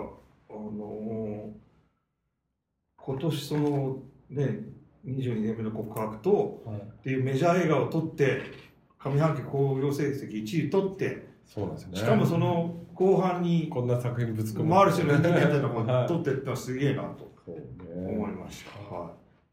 S2: あのー今年そのね、22年目の告白と、
S5: はい
S2: っていうメジャー映画を撮って、上半期興行成績1位取って、
S5: ーそうなんですよね
S2: しかもその後半に、
S5: こんな作品にぶつか
S2: マルシェの2年っての
S5: は
S2: も
S5: い
S2: 取ってってのはすげえなと
S5: そう
S2: 思い
S5: ね
S2: ました。は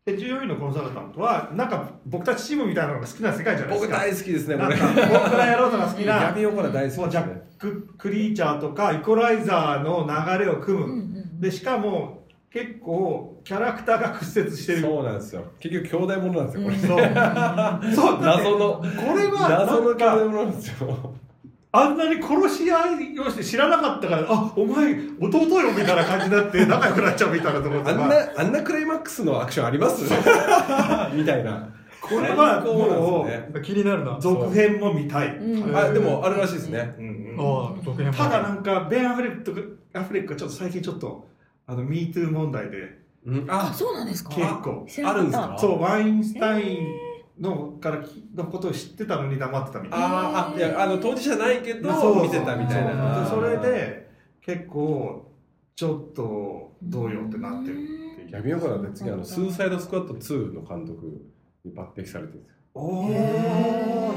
S2: い、で、14位のコンサルタントは、なんか僕たちチームみたいなのが好きな世界じゃないで
S5: 僕
S2: すか。
S5: 大好きですね
S2: なん
S5: これ
S2: か僕ら野郎とか好
S5: [LAUGHS]
S2: きな
S5: 闇夜から大好き
S2: もう
S5: で
S2: ジ
S5: す
S2: ャッ
S5: ね
S2: ク・クリーチャーとかイコライザーの流れを組
S3: うんう
S2: む、
S3: ん
S2: でしかも結構キャラクターが屈折してるそう
S5: そうなんですよ結局兄弟ものなんですよこれ
S2: そうだって
S5: 謎の
S2: これは
S5: 謎の
S2: なん
S5: 兄弟
S2: か
S5: ものなんですよ
S2: あんなに殺し合いをして知らなかったからあお前弟よみたいな感じになって仲良くなっちゃうみたいなところと
S5: あん
S2: か
S5: なあんなクライマックスのアクションあります [LAUGHS] みたいな
S2: これは
S5: 最高なん
S2: も
S5: ですね
S1: 気になるな
S2: う続編も見たい、
S3: うん
S5: あでもあるらしいですね
S2: うんうん
S1: ああ続編も
S2: ただなんかベン・アフレックとかアフレックがちょっと最近ちょっとあの MeToo 問題で
S5: うん
S3: あ、
S5: あ
S3: そうなんですか
S2: 結構
S3: 知らな
S5: ある
S3: か
S5: ん
S3: った
S5: ですか
S2: そうワインスタインのからきのことを知ってたのに黙ってたみたいな
S5: あーあいやあの当事者ないけ
S2: そう
S5: ど見てたみたいな
S2: そうでそれで結構ちょっとどうよってなってるっていう
S5: いや宮岡だって次あのスーサイドスクワット2の監督に抜擢されてるんですよ
S2: お
S3: へ
S2: ー
S5: ー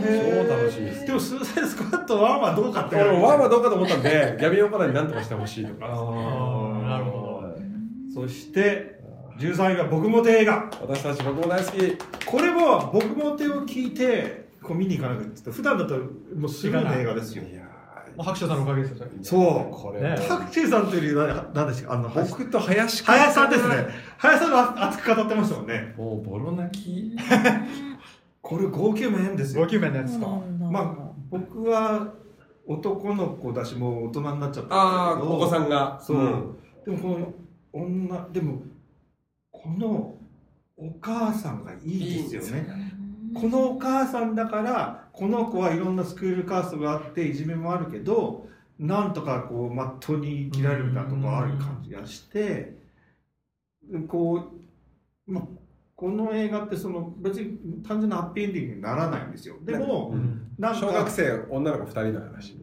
S2: へー
S5: 超楽しみです
S2: でもスーサイドスクワットワンはどうかって
S5: 俺もわーわーどうかと思ったんで [LAUGHS] ギャビン・オコナーに何とかしてほしいとか
S1: あーなるほど
S5: はい
S2: そして13位は僕もて映画
S5: 私たち僕も大好き
S2: これも僕もてを聞いてこう見に行かなくて普段だともうすぐの映画ですよ
S5: いや
S1: まあ白書さんのおかげですよ
S5: ー
S2: そう
S5: これ、
S1: ね
S2: タクシーさんというよりは何でしたかあの林
S5: 僕と林君
S2: 林さんですね林さんが熱く語ってましたもんね
S5: もうボロ泣き
S2: これ号泣も変ですよ
S1: ご9名のやつですか
S3: そうなんだ
S2: まあ僕は男の子だしもう大人になっちゃった
S5: あ
S2: だ
S5: あ
S2: けど
S5: お子さんが
S2: そうんでもこの女でもこのお母さんがいいですよねこのお母さんだからこの子はいろんなスクールカーストがあっていじめもあるけどなんとかこうまっとうに生きられるみたいなとこある感じがしてこう、ま、この映画ってその別に単純なハッピーエンディングにならないんですよでも
S1: うん
S2: なん
S5: 小学
S2: か
S5: 生女の子2人の話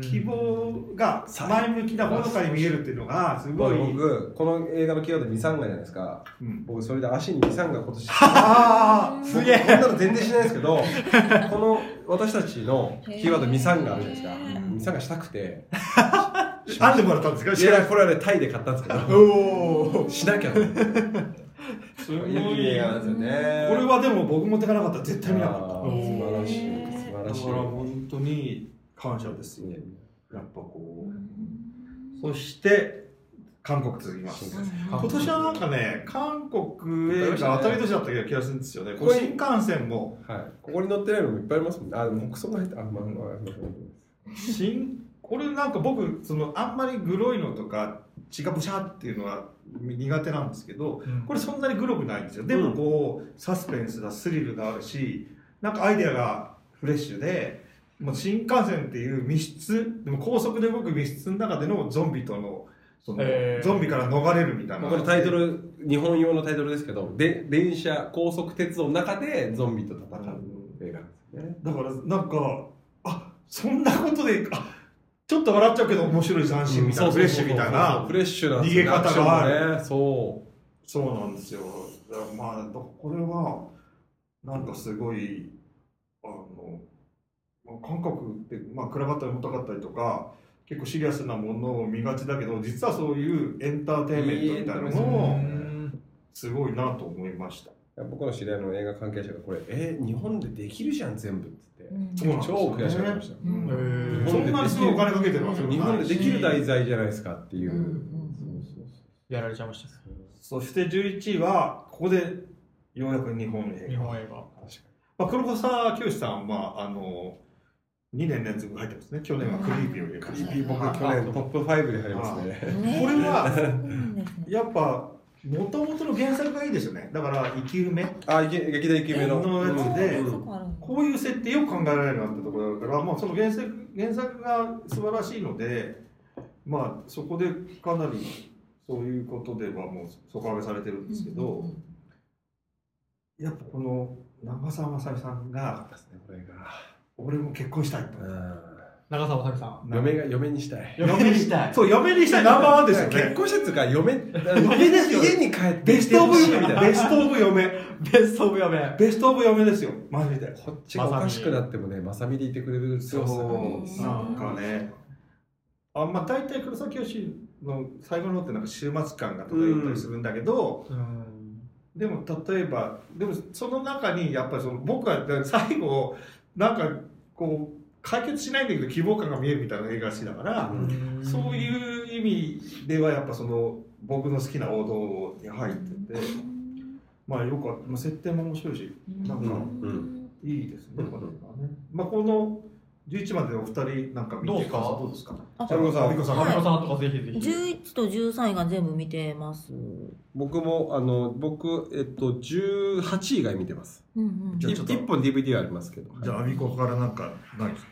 S2: 希望が前向きなほのかに見えるっていうのがす
S5: まあ
S2: ごい、
S5: 僕この映画のキーワードミサンガじゃないですか
S2: うん
S5: 僕それで足にミサンガ
S2: [LAUGHS]
S5: 今年
S2: あ
S3: ー
S5: すげえこんなの全然しないです
S2: [LAUGHS]
S5: けどこの私たちのキーワードミサンガあるじゃないです
S3: へ
S5: か
S2: ー
S5: ミサンガしたくて
S2: あなんでもらったんですか
S5: いやこれはねタイで買ったんですけど
S2: おお
S5: しなきゃと思って
S2: す
S5: いい映画なんですよね
S2: これはでも僕持ってかなかったら絶対見なかった
S5: あ
S2: だ
S5: ー素晴らしい
S3: へー
S5: 素晴
S2: から
S5: しい
S2: 本当に感謝ですよ
S5: ね
S2: やっぱこうそして韓国続きます今年はなんかね韓国映画当たり年だった気がするんですよねこう新幹線も
S5: はいここに載ってないのもいっぱいありますもんねあでも国葬が入ってあまあまあまあ
S2: 新これなんか僕そのあんまりグロいのとか血がブシャーっていうのは苦手なんですけどこれそんなにグロくないんですよでもこう、サスペンスだスリルがあるしなんかアイデアがフレッシュでもう新幹線っていう密室でも高速で動く密室の中でのゾンビとのその、
S1: えー
S2: ゾンビから逃れるみたいな
S5: まあこれタイトル日本用のタイトルですけどで電車高速鉄道の中でゾンビと戦う映画なんですね
S2: だからなんかあそんなことであちょっと笑っちゃうけど面白い斬新みたいな、フレッシュみたい
S5: そうそうそうそう
S2: な
S5: フレッシュなん
S2: 逃げ方がある
S5: アクションもねそう
S2: そうなんですよだからまあだからこれはなんかすごいあの、まあ、韓国って、まあ、暗かったり重たかったりとか結構シリアスなものを見がちだけど実はそういうエンターテインメントみたいなの
S1: う
S2: も
S1: ん
S2: すごいなと思いました
S5: いや僕の知り合いの映画関係者がこれえ日本でできるじゃん全部っつって
S2: そうなんですよ
S5: 超悔しがってましたよ
S2: うん
S1: へー
S2: そんなにすごいお金かけてるわけでもない
S5: 日
S2: し
S5: 本でできる題材じゃないですかっていう
S3: うんうん
S5: そうそう
S1: やられちゃいました
S2: そして11位はここでようやく日本映
S1: 日
S2: 画、
S1: 本映画
S2: まあ、黒沢清さんはあの2年連続入ってますね去年はクリーピーを入れました
S5: そう EP 僕去年トップ5に入りますね
S3: ね
S2: これは
S3: そうなんですね
S2: やっぱもともとの原作がいいですよねだから生き埋め
S5: あいけ劇団イケメンの
S2: のやつで
S5: うん
S3: そこあるんだ
S2: こういう設定よく考えられるなってところだから、まあ、その原作原作が素晴らしいので、まあ、そこでかなりそういうことではもう底上げされてるんですけど、
S3: うんうんうん
S2: やっぱこの長澤まさみさんが
S5: これが
S2: 俺も結婚したいと。
S1: 長澤まさみさん
S5: 嫁が嫁にしたい
S1: 嫁にしたい
S2: そう、嫁にしたいナンバーワンですよ
S5: 結
S2: ね。
S5: 婚したっていうか嫁
S2: 嫁ですよ
S5: 家に帰って
S2: ベストオブ嫁
S5: みたいな
S2: ベストオブ嫁。
S1: ベストオブやべえ
S2: ベストオブ嫁ですよ。マジで。
S5: こっちがおかしくなってもねまさみでいてくれる強さ
S2: そうなんかねあまあ大体黒沢清の最後の方ってなんか終末感が漂ったりするんだけど、
S1: うん
S2: でも例えばでもその中にやっぱりその僕は最後なんかこう解決しないんだけど希望感が見えるみたいな映画が好きだから、そう
S1: う
S2: いう意味ではやっぱその僕の好きな王道に入ってて、まあよくあまあ設定も面白いしなんか
S5: うん
S2: いいですね、
S5: うん
S2: これはねまあこの11までお二人なんか見
S1: どう
S2: て
S1: ですか
S2: 感想どうですか
S3: あ
S2: チャルコさん、アビコさん、
S3: はい
S1: アビコさんとかぜひぜひ。
S3: 11と13位が全部見てます。
S5: 僕もあの僕えっと18以外見てます
S3: うんうん
S2: じゃ。あちょっと
S5: 1本 DVD はありますけど
S2: じゃあアビコからなんかないですか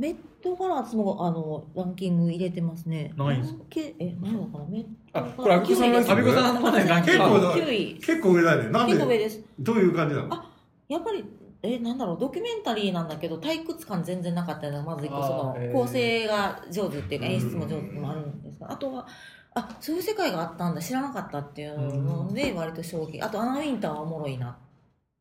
S3: メットガラスもあのランキング入れてますね。
S1: ないんすか
S3: けえないのかなメッ
S5: あこれアビコさんランキ
S1: ア
S5: ン
S1: ビ
S5: グ
S1: コさんまでランキン
S2: 結
S1: グ。
S2: 構だ
S3: 9位。
S2: 結構上だよね。なん
S3: 結構上
S2: で、
S3: です。
S2: どういう感じなの
S3: あやっぱりえなんだろうドキュメンタリーなんだけど退屈感全然なかったのがまず一個そ
S1: あーへ
S3: の
S1: ー
S3: 構成が上手っていうか演出も上手もあるんですがあとはあそういう世界があったんだ知らなかったっていうので割と衝撃あとアナウィンターはおもろいな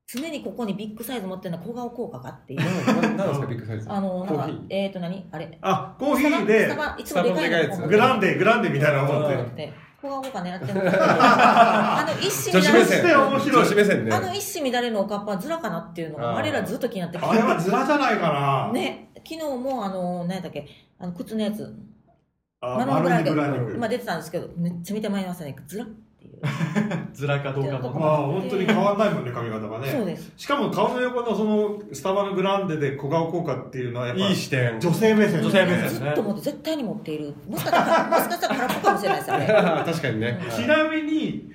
S3: 常にここにビッグサイズ持ってるのは小顔効果があっていう
S5: 何ですかビッグサイズ
S3: あのなん
S5: コ
S3: か
S5: ーヒー
S3: えっ、ー、と何あれ
S2: あ、コーヒー
S3: スタ
S2: で、
S3: バいつもでかいの
S5: スタバのでかいやつ
S2: グランデ、グランデみたいなもん
S5: う
S2: で
S5: ん。
S3: で小顔効果狙ってるんですけどあの一
S5: 女子
S3: 心
S5: [LAUGHS] 目
S2: そし
S5: 線
S2: て面白い
S5: 女子目線ね
S3: あの一糸乱れのおかっぱはズラかなっていうのが
S5: あー
S3: 我らずっと気になってきて
S2: あれはズラじゃないかな。
S3: ね、昨日もあの何だっけあの靴のやつ
S2: あ。
S3: マロンブラン
S2: マロン
S3: ク
S2: ブラ
S3: 今出てたんですけどめっちゃ見てまいりましたねずらっていう
S1: ずらかどうか
S2: ま
S1: も。
S2: あ本当に変わんないもんね髪型が
S3: そう
S2: ね
S3: です
S2: しかも顔の横のそのスタバのグランデで小顔効果っていうのはやっぱ
S5: いい視
S2: [LAUGHS]
S5: 点
S2: 女性目線
S1: 女性目線
S3: ずっと持って絶対に持っているもしかしたらもしかしたら空っぽかもしれないですよ
S5: [LAUGHS]
S3: ね
S5: [LAUGHS] 確かにね
S2: ちなみに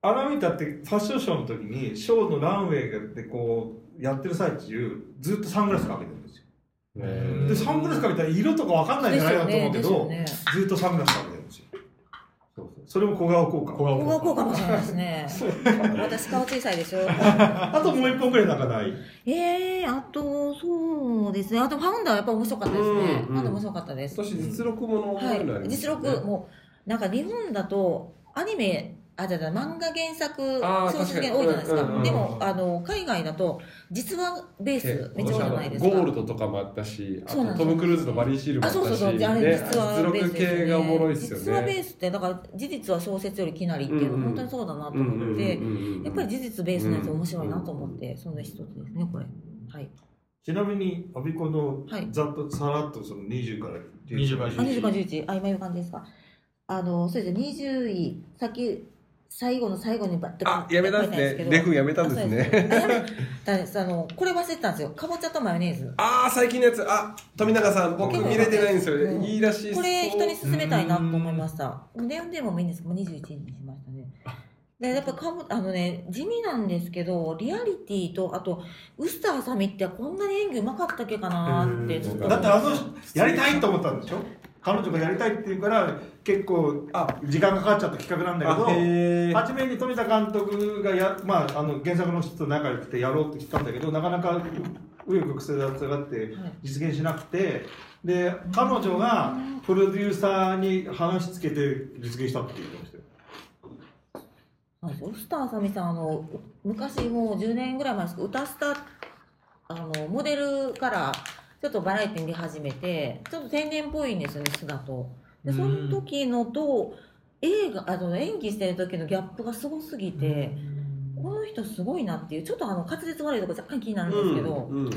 S2: アナミンタってファッションショーの時にショーのランウェイでこうやってる最中ずっとサングラスかけてるんですよ
S5: へ
S2: で
S5: ー
S2: サングラスかけたら色とかわかんないん
S3: で
S2: じゃ
S3: す
S2: ない
S3: よ
S2: かと思う
S3: ね
S2: け
S3: です
S2: ど、
S3: よ
S2: ず
S3: ね
S2: っとサングラスかけてるんですよそれも小顔効果
S1: 小顔
S3: 小
S1: 効
S3: 顔
S1: 果
S3: 効果もしれないですね私顔小さいでしょ
S2: あともう一本ぐらいなんかない
S3: えー、あとそうですねあとファウンダーはやっぱ面白かったですね、
S5: うんうん
S3: ファウンダー面白かったです
S5: 今年実録もの
S3: は
S5: あるのあり
S3: い、
S5: ます
S3: 実
S5: よね
S3: 録もうなんか日本だとアニメあじゃあじゃあ漫画原作
S5: あー
S3: 小説が多いじゃないですか、
S5: 確かにうんうんうん
S3: でもあの海外だと実話ベースめっちゃ多いじゃないです
S5: ゴ
S3: か
S5: ールドとかもあったし、あ
S3: そうなん
S5: と
S3: です
S5: ト
S3: よ
S5: ム・クルーズのバリーシールもあ
S3: あ
S5: った
S3: そ
S5: し、
S3: うそうそうあれ
S5: ね
S3: 実話ベ
S5: 実
S3: ースで
S5: 力
S3: すよね
S5: 系がおもろいっすよね。
S3: 実話ベースってだから事実は小説よりきなりっていうの
S5: うんうん
S3: 本当にそうだなと
S5: うんうんうん
S3: 思
S5: う
S3: っ
S5: ん
S3: て、
S5: うん
S3: やっぱり事実ベースのやつ面白いなと思って、その一つですねこれはい
S2: ちなみにアビコの
S3: はい
S2: ざっとさらっとその20から
S1: 20から
S3: あ20か
S2: 11
S3: 11あ今いう感じですかあのそうですね20位先最後の最後にバッと
S5: あ、やめたんですね。レフ
S3: [LAUGHS]
S5: やめたんですね。
S3: あ。そうですあやめたあのこれ忘れてたんですよ。かぼちゃとマヨネーズ。
S5: あー、最近のやつ、あ、富永さん、僕
S3: 結構
S5: 見れてないんですよ
S3: うん
S5: ね。いいらしいっす
S3: これ人に勧めたいなと思いました。ネオンデーもいいんですけど、もう21日にしましたね。でやっぱかぼあのね地味なんですけどリアリティとあとウスターさみってこんなに演技うまかったっけかなーってちょっと
S2: だってあのやりたいと思ったんでしょ彼女がやりたいって言うから結構
S5: あ、
S2: 時間がかかっちゃった企画なんだ
S5: あ
S2: け
S5: へ
S2: ど
S5: ー。
S2: 初めに富田監督がや、まあ、あの原作の人と仲良くてやろうって来たんだけどなかなか右翼曲折があって
S3: はい
S2: 実現しなくてで彼女がプロデューサーに話しつけて実現したっていうことですよ
S3: はい、ウスターあさみさんあの昔もう10年ぐらい前ですけど歌スタあのモデルからちょっとバラエティに出始めてちょっと天然っぽいんですよね素だとでその時のと映画あの演技してる時のギャップがすごすぎてこの人すごいなっていうちょっとあの滑舌悪いとこ若干気になるんですけど、
S5: うんうん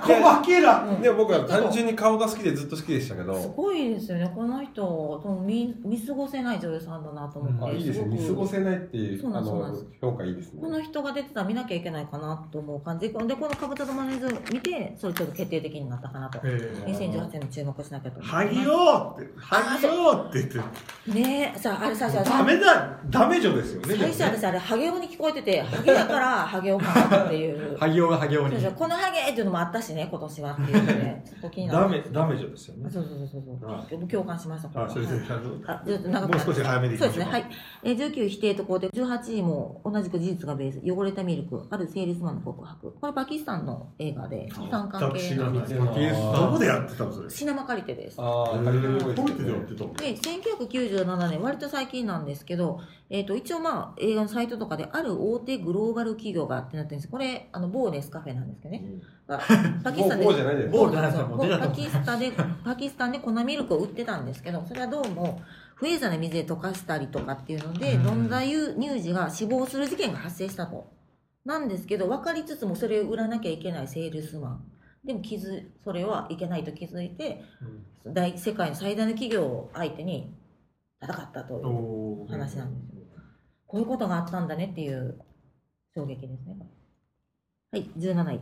S2: 細けえな
S3: うん
S5: でも僕は単純に顔が好きでずっと好きでしたけ
S3: す
S5: ど、
S3: ごいですよねこの人その見見過ごせない女優さんだなと思っ
S5: あ
S3: て、
S5: いいですね。見過
S3: すご
S5: ご
S3: く
S5: せないっていう、
S3: そうな
S5: あ
S3: んです
S5: の
S3: そう、
S5: 評価いいですね
S3: こ。の人が出てたら見なきゃいけないかなと思う感じで、こでこのかぶたとマネーズ見て、それちょっと決定的になったかなと。2018年に注目しなきゃと思います。
S2: 萩よーって萩よーって言って
S3: ねえ、さあ、あれ最初、
S2: ダメだダメ女ですよね
S3: 最初私あれ、ハゲ男に聞こえてて、ハゲだからハゲ男かなっていう。
S1: ハギオがハギオに
S3: そう。そうこのハゲっていうのもあったしね、今年はっていうので、ちょっと気にな
S2: ダ
S3: る。
S2: メダメ女ですよね
S3: そうそうそう
S2: は
S3: そう。共感しました。
S2: あそれで
S3: はい
S2: あの
S3: あちょっと長く
S2: も
S3: な
S2: う少
S3: る
S2: し早めでいき
S3: そう
S2: ま
S3: で
S2: し
S3: すね、
S2: ょう
S3: はい。えー19否定と肯定、18位も同じく事実がベース、汚れたミルク、あるセールスマンの告白。これパキスタンの映画で、資産関係
S2: 私が
S3: の
S2: 見てない
S1: パキスタン
S2: どこでやってたのそれ
S3: シナマ借りてです。
S5: あー、
S2: ポルテでやっ
S5: ね
S2: てたの
S3: で、1997年、割と最近なんですけど、えっ、と、一応まあ、映画のサイトとかで、ある大手グローバル企業がってなってるんです。これ、あの、某ネスカフェなんですけどね。がパキスタンで
S5: もうじゃないです
S1: ボールじゃないですよもう出ちゃった
S3: パキスタンで、パキスタンで粉ミルクを売ってたんですけど、それはどうも、不衛生な水で溶かしたりとかっていうので、
S1: うん
S3: 飲んだ乳児が死亡する事件が発生したと。なんですけど、分かりつつもそれを売らなきゃいけないセールスマン。でも気づ、それはいけないと気づいて、大世界の最大の企業を相手に戦ったという
S1: おー
S3: 話なんですよ。こういうことがあったんだねっていう衝撃ですね。はい、17位。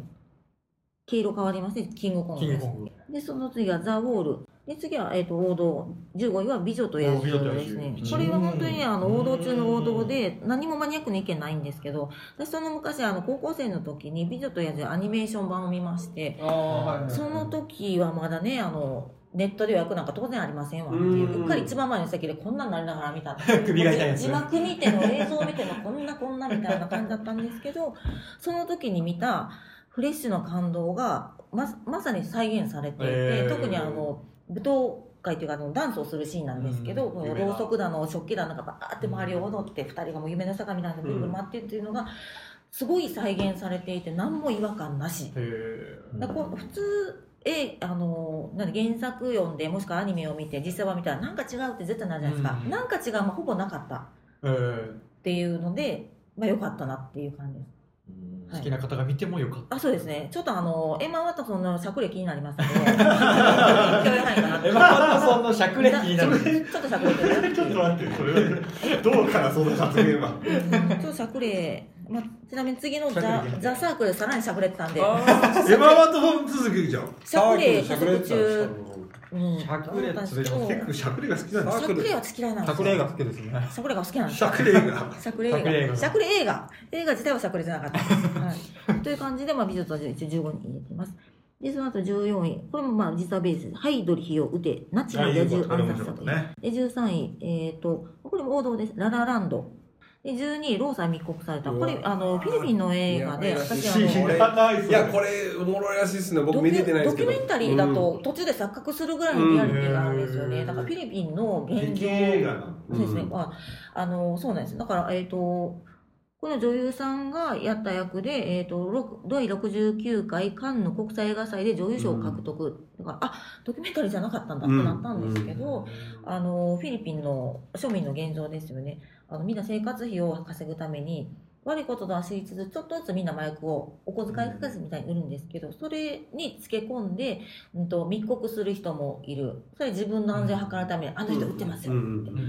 S3: 黄色変わりますね、キングコング
S1: キン
S3: で
S1: グ
S3: す
S1: コ。ング。
S3: で、その次はザ・ウォール。で、次は、えっ、と、王道。15位は美女と野獣ですね
S1: 美女と野。獣
S3: これは本当にねあの、
S1: うん
S3: 王道中の王道で、何もマニアックな意見ないんですけど、私その昔、あの、高校生の時に美女と野獣アニメーション版を見まして、
S5: ああ、はいはい。
S3: その時はまだね、あの、ネットで予約なんか当然ありませんわって
S5: う
S3: い
S5: ん
S3: う、うっかり一番前の席でこんなんなりながら見たってい
S1: [LAUGHS]
S3: う
S1: 首が痛いやつ
S3: 字幕見ても映像見てもこんなこんなみたいな感じだったんです
S1: [LAUGHS]
S3: けど、その時に見たフレッシュの感動がまさまさに再現されていて、
S1: えー
S3: 特にあの舞踏会というかあのダンスをするシーンなんですけど、
S1: うん
S3: この
S1: 夢だ
S3: ろうそくだの食器だのがバーって周りを踊って、二人がもう夢の坂みたいなぐるぐる回ってっていうのがすごい再現されていて何も違和感なし。
S1: へえ。
S3: だからこう普通えあのなんで原作読んでもしくはアニメを見て実際は見たらなんか違うって絶対なるじゃないですか、
S1: うん
S3: なんか違う、まあ、ほぼなかったっ
S1: えー
S3: ていうので、まあ、良かったなっていう感じです
S1: 好きな方が見てもよかっ
S3: あそうですねちょっとあのエマ・ワトソンの作例気になりますので共有範囲かな
S1: た。エマ・ワトソンの尺歴になる。
S3: [LAUGHS] ちょっと作例気になる
S2: ちょっと待って、それはどうからその発言は。
S3: うんちょっと作例、まあ、ちなみに次のザ
S1: 作・例
S3: ザサークルでさらに作例ってたんで
S5: あ
S2: エマワトフォン続きじゃん。
S5: ー
S3: 作例
S5: サ
S3: 加
S5: ークル
S3: 速
S5: しゃくれてた
S3: 中
S5: んで
S1: 作例続いて
S3: うん
S5: すか
S1: ます
S2: 結構しゃくれが好きなんで。
S5: サーク
S3: 作
S5: ル
S3: 例は私嫌いなんです
S1: 尺
S3: よ
S1: 例が好きですね。
S3: 作例が好きなんですす
S2: し
S3: よ
S2: ゃくれが。
S3: しゃくれ映
S1: しゃくれ映
S3: 画。
S1: 画
S3: しゃくれ映画。映画自体はしゃくれじゃなかったです。はい、という感じで、まあ、美女と野獣一応15人入れてます。で、その後14位。これもまあ、実はベース。ハイドリヒを打て、ナチの野獣暗殺作品。
S2: ね。
S3: で、13位。えっ、と、これも王道です。ララランド。で、12位、ローサー密告された。これ、あの、フィリピンの映画で、
S5: いや
S3: 私、あ
S5: 知
S3: の、
S5: ら
S2: ない
S5: いや、これ、おもろいらしいですね。 [LAUGHS] 僕
S3: ド
S5: 見
S3: キ
S5: れてない
S3: ュド
S5: です
S3: キ
S5: け
S3: ュ
S5: ど。
S3: メンタリーだ
S5: う
S3: と
S5: ん、
S3: 途中で錯覚するぐらいのリアリティがあるんですよね。だからフィリピンの現
S2: 劇
S3: 状
S2: 映画なの。
S3: そうですね、
S5: うん
S3: ああのそうなんですだから、えっとこの女優さんがやった役で、えっとろく第69回カンヌ国際映画祭で女優賞を獲得、だからあドキュメンタリーじゃなかったんだってなったんですけど、あのフィリピンの庶民の現状ですよねあのみんな生活費を稼ぐために悪いこととは知りつつちょっとずつみんな麻薬をお小遣い稼ぎみたいに売るんですけど、それにつけ込んで、うん、と密告する人もいるそれ自分の安全を図るために、あの人売ってますよ、
S5: うん
S1: う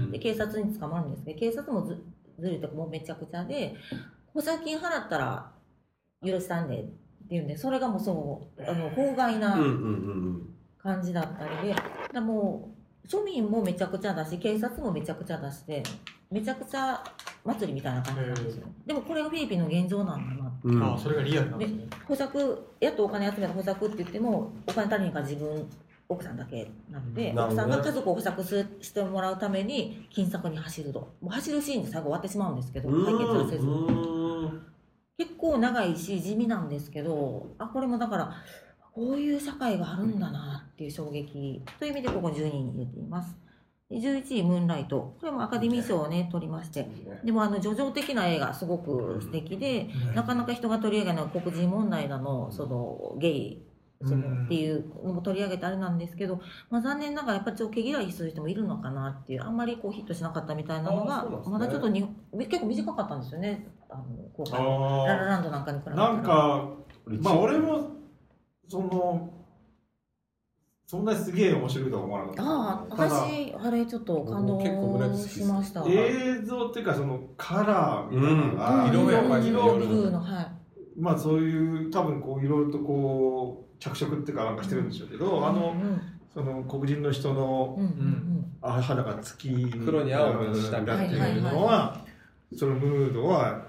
S1: ん
S3: で警察に捕まるんですけど警察もずずるいとかもうめちゃくちゃで保釈金払ったら許したんでって言うんでそれがもうそうあの法外
S5: うんうん
S3: な
S5: うん
S3: 感じだったりで、だからもう庶民もめちゃくちゃだし警察もめちゃくちゃだしでめちゃくちゃ祭りみたいな感じなんですよでもこれがフィリピンの現状なんだな
S5: うんうん。
S1: ああ、それがリアルなんですね。
S3: 保釈やっとお金集めた保釈って言ってもお金足りへんから自分奥さんだけなんで、
S5: なるほ
S3: 奥
S5: ど
S3: さ
S5: ね
S3: んが家族を保釈すしてもらうために金策に走るともう走るシーンで最後終わってしまうんですけど解決はせず
S5: うん
S3: 結構長いし地味なんですけどあこれもだからこういう社会があるんだなっていう衝撃という意味でここ12位に入れていますで11位「ムーンライト」これもアカデミー賞をね取りましてでもあの叙情的な映画すごく素敵でなかなか人が取り上げない黒人問題なのそのゲイそ
S1: うん
S3: のっていうのも取り上げてあれなんですけど、まあ、残念ながらやっぱりちょっと毛嫌いする人もいるのかなっていうあんまりこうヒットしなかったみたいなの
S5: あー
S3: が
S5: そうなんですね
S3: まだちょっとに結構短かったんですよねあの公開ララ
S2: あ
S3: ランドなんかに比べ
S2: あ。
S3: たら
S2: なんか、まあ俺も、その、そんなにすげえ面白いとは思わなか
S3: あ
S2: った。た
S3: あ
S2: だ
S3: 私あれちょっと感動
S5: 僕結構ブラジル好きです
S3: しました
S2: 映像っていうかそのカラーみたいなの
S5: あ
S2: が、
S5: うん色がやっぱり
S3: ブル
S5: 色々
S3: ーのはい
S2: まあそういう多分こういろいろとこう着色っていうかなんかしてるんでしょうけど、あ
S3: う
S2: の
S3: ん
S2: その黒人の人の
S3: うんうん
S2: あ肌が月に
S5: 黒に青にしたみ
S2: だ
S5: た
S2: っ
S5: いな
S2: ていうのは,、そのムードは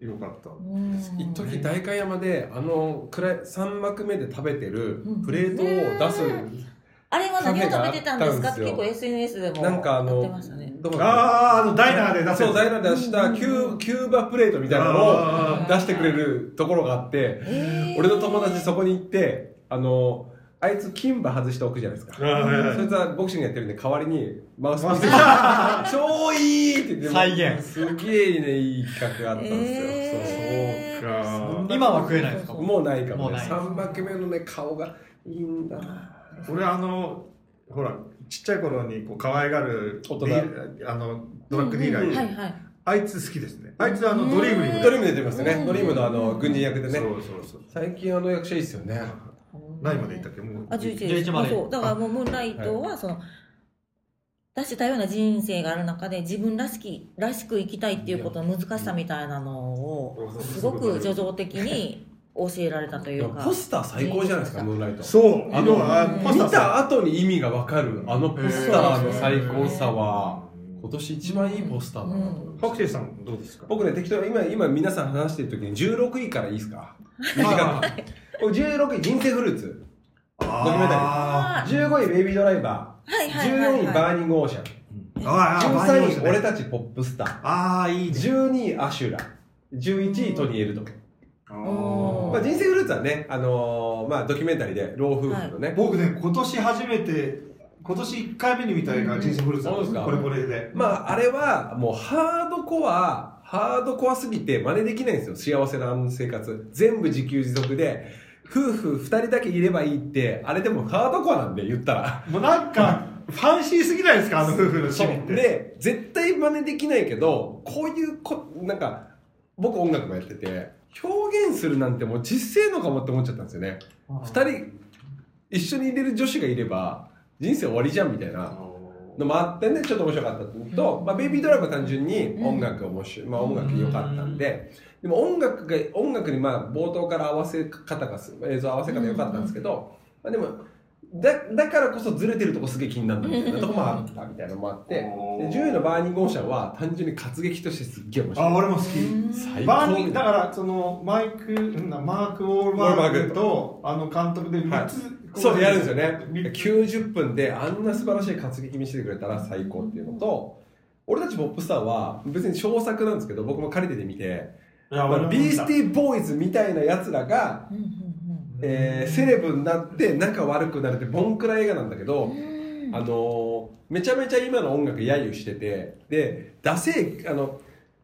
S2: 良かった。
S3: うん
S5: 一時代官山であの暗い3幕目で食べてる
S3: うん
S5: プレートを出す、
S3: ねあれは何を食べてたんですかって結構 SNS でも
S5: なんかあ
S3: やっ
S5: の
S3: てましたね
S5: どこだっ
S2: あああのダイナーで出
S5: け
S2: せる
S5: そうダイナーで出したキューキューバプレートみたいなのを
S2: あ
S5: 出してくれるところがあって
S3: えー
S5: 俺の友達そこに行ってあのあいつ金歯外しておくじゃないですか
S2: ーあー
S5: そいつはボクシングやってるんで代わりにマウスピース
S2: マ
S5: 超いいって言って
S1: 再現
S5: すげえねいい企画があったんですよ、
S3: えー
S2: あ
S1: 今は食えないですか
S5: そうそうもうないかもね
S1: もうない
S5: 3幕目のね顔がいいんだな
S2: ー俺あのほらちっちゃい頃にこう可愛がる
S5: 大人
S2: ディーラーあのドラッグディーラーいる、
S3: はいはい
S2: あいつ好きですねあいつあのドリームに
S5: ドリームで出てますよね
S3: うん
S5: ドリームのあの軍人役で
S2: そ
S5: ね
S2: うそうそう
S5: 最近あの役者いいっすよね
S2: 何までいったっけもう
S3: あ11です
S1: 11まで
S3: あそうだからもうムーンライトはその、出してたような人生がある中で自分らしきらしく生きたいっていうことの難しさみたいなのを
S2: うん
S3: すごく叙情的に教えられたというか
S5: ポスター最高じゃないですか、ムーンライト。
S2: そう
S5: あの
S2: 要は
S3: うん
S2: ポスター
S5: 見た後に意味がわかる、あのポスターの最高さは、今年一番いいポスターだなと思いました
S2: パクチーさんどうですか
S5: 僕ね、適当に今、今皆さん話してる時に16位からいいで
S3: [LAUGHS]
S5: すか短
S2: [LAUGHS] あ
S5: く。僕16位、人生フルーツ。
S2: あ
S5: ドキュメンタリー
S2: あ
S5: 15位、ベイビードライバ
S3: はい
S5: ー。
S3: はいはい、
S5: 14位、
S3: は
S5: バーニングオーシャン。
S2: ーあーあー
S5: 13位、俺
S2: あー
S5: たちポップスター。
S2: あーいいね
S5: 12位、アシュラ。11位、トニー・エルド。
S2: あ
S3: お
S5: まあ、
S2: ー
S5: 人生フルーツはね、あのーまあ、ドキュメンタリーで、老夫婦のね、
S2: 僕ね今年初めて今年1回目に見た映画が人生フルーツなん
S5: そうですか
S2: これこれで
S5: まあ、あれは、もう、ハードコア、ハードコアすぎて真似できないんですよ。幸せなあの生活。全部自給自足で、夫婦二人だけいればいいって、あれでもハードコアなんで、言ったら。
S2: もうなんかファンシーすぎないですかあの夫婦の趣味って
S5: で、絶対真似できないけど、こういうこ、なんか、僕音楽もやってて、表現するなんてもうちっせえのかもって思っちゃったんですよね。二人、一緒にいれる女子がいれば、人生終わりじゃん、みたいな。のもあってねちょっと面白かったのと、まあ、ベイビードライブは単純に音楽面白い、まあ、音楽良かったんで、でも音楽が音楽にまあ冒頭から合わせ方がす映像合わせ方良かったんですけど、まあ、でもだだからこそずれてるとこすげえ気になるみたいなとこもあったみたいなのもあってで
S2: うん
S5: 10位のバーニングオーシャンは単純に活劇としてすっげえ面白い
S2: あ俺も好き
S5: 最
S2: バ
S5: 高
S2: ーニングだからそのマイクんだマーク・ウォールバーグとあの監督で3つ、
S5: そうやるんですよね
S2: 三つ
S5: 90分であんな素晴らしい活劇見せてくれたら最高っていうのと俺たちポップスターは別に小作なんですけど僕も借りてて見て
S2: いや
S5: ま
S2: 俺
S5: あ
S2: も
S5: ビースティーボーイズみたいなやつらが、
S3: うんうん
S5: えーセレブになって仲悪くなるってボンクラ映画なんだけど、
S3: うんうん
S5: あのーめちゃめちゃ今の音楽揶揄しててでダセーあの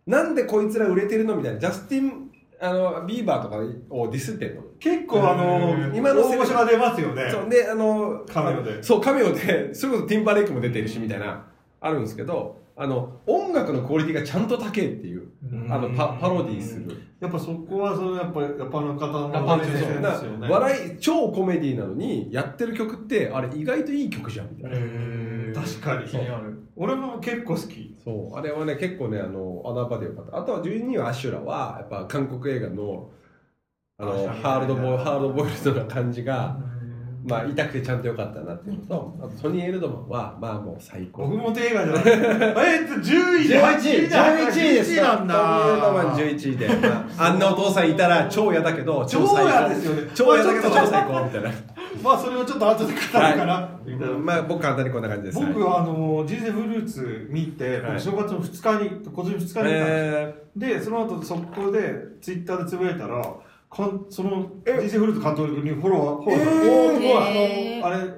S5: なんでこいつら売れてるのみたいなジャスティンあのビーバーとかをディスってんの。
S2: 結構あの
S1: うん
S2: 今の大御所が出ますよね
S5: そうであの
S2: カメオで
S5: そうカメオで [LAUGHS] それこそティンバーレイクも出てるしみたいなあるんですけどあの音楽のクオリティがちゃんと高いっていう
S2: うん
S5: あのパパロディーする
S2: やっぱそこはそのやっぱやっぱあの方の
S1: やっぱあの
S2: 先生ですよね
S5: 笑い超コメディなのにやってる曲ってあれ意外といい曲じゃんみたいな、
S1: え
S2: 確かに
S1: 気になる
S2: 俺も結構好き
S5: そうあれはね結構ねあの穴場でよかったあとは12位はアシュラはやっぱ韓国映画のあの
S2: アシュラ
S5: ハードボイハードボイルドな感じが、まあ痛くてちゃんとよかったなっていうのとあとソニー・エルドマンはまあもう最高
S2: 僕も映画 [LAUGHS] じゃないえっと10位
S5: 11位11位です
S2: 11なんだ
S5: 11位で、まあ、あんなお父さんいたら超嫌だけど
S2: 超嫌ですよね
S5: 超嫌だけど
S2: まあ
S5: 超最高みたいな
S2: まあそれをちょっと後で語るかなみたいな
S5: まあ僕簡単にこんな感じです
S2: 僕
S5: は
S2: はあの人生フルーツ見て、
S5: はい
S2: 僕正月の2日に今年の2日に見たん
S5: い
S2: です、
S5: え
S2: でその後速攻でツイッターでつぶやいたらかんその人生フルーツ監督にフォローフォローされて、
S5: えー
S2: おーすごい
S3: えー
S2: あのあれ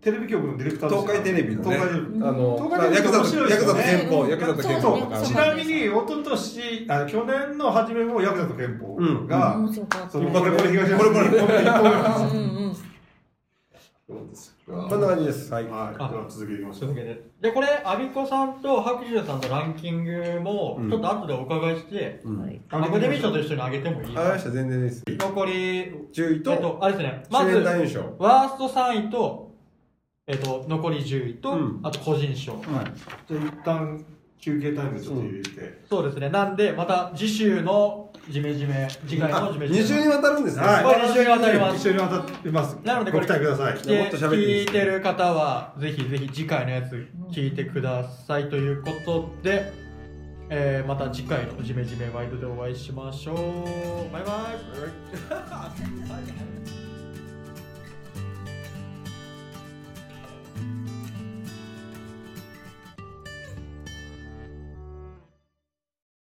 S2: テレビ局のディレクターですよ
S5: 東海テレビのね
S2: 東海テレビ
S5: ー、あの
S2: 東海テレビ
S5: まあ
S2: 面白いで
S5: ヤ
S2: す
S5: クザ
S2: よ
S5: と
S2: ね
S5: 憲法ヤクザと
S3: そう
S5: 憲
S3: そう
S5: 法とか
S3: そう
S2: ちなみに一昨年あ去年の初めもヤクザと憲法が、
S3: 面白かった
S2: そのこれこれ東山
S5: これこれ
S2: これこれ
S3: うんうんうん
S2: そうです
S5: こんな感じですはい
S2: はい、では続けていきましょ
S1: 続
S2: う
S1: けてでこれアビコさんと白龍さんのランキングも
S5: うん
S1: ちょっと後でお伺いして、
S5: うん
S3: はい
S1: アカデミー賞と一緒に上げてもいい
S5: ありました全然です
S1: 残り
S5: 10位
S1: えっと
S5: と
S1: あれですねま
S5: 主
S1: ず
S5: 演男優賞
S1: ワースト3位と、えっと、残り10位と、
S5: うん
S1: あと個人賞、
S2: じゃあ一旦休憩タイムちょっと入れて、
S1: そうですねなんでまた次週のジメジメ次回のジメジメ
S5: 2週にわたるんですね
S1: はい一緒に渡ります
S2: 一緒に渡ってます。
S1: なのでこ
S2: ご
S1: れ
S2: 期待ください。
S5: いやもっ
S1: で
S5: と喋って
S1: 聞
S5: いい
S1: い
S5: ですね
S1: てる方はぜひぜひ次回のやつ聞いてくださいということで、えーまた次回の「ジメジメワイド」でお会いしましょうバイバイ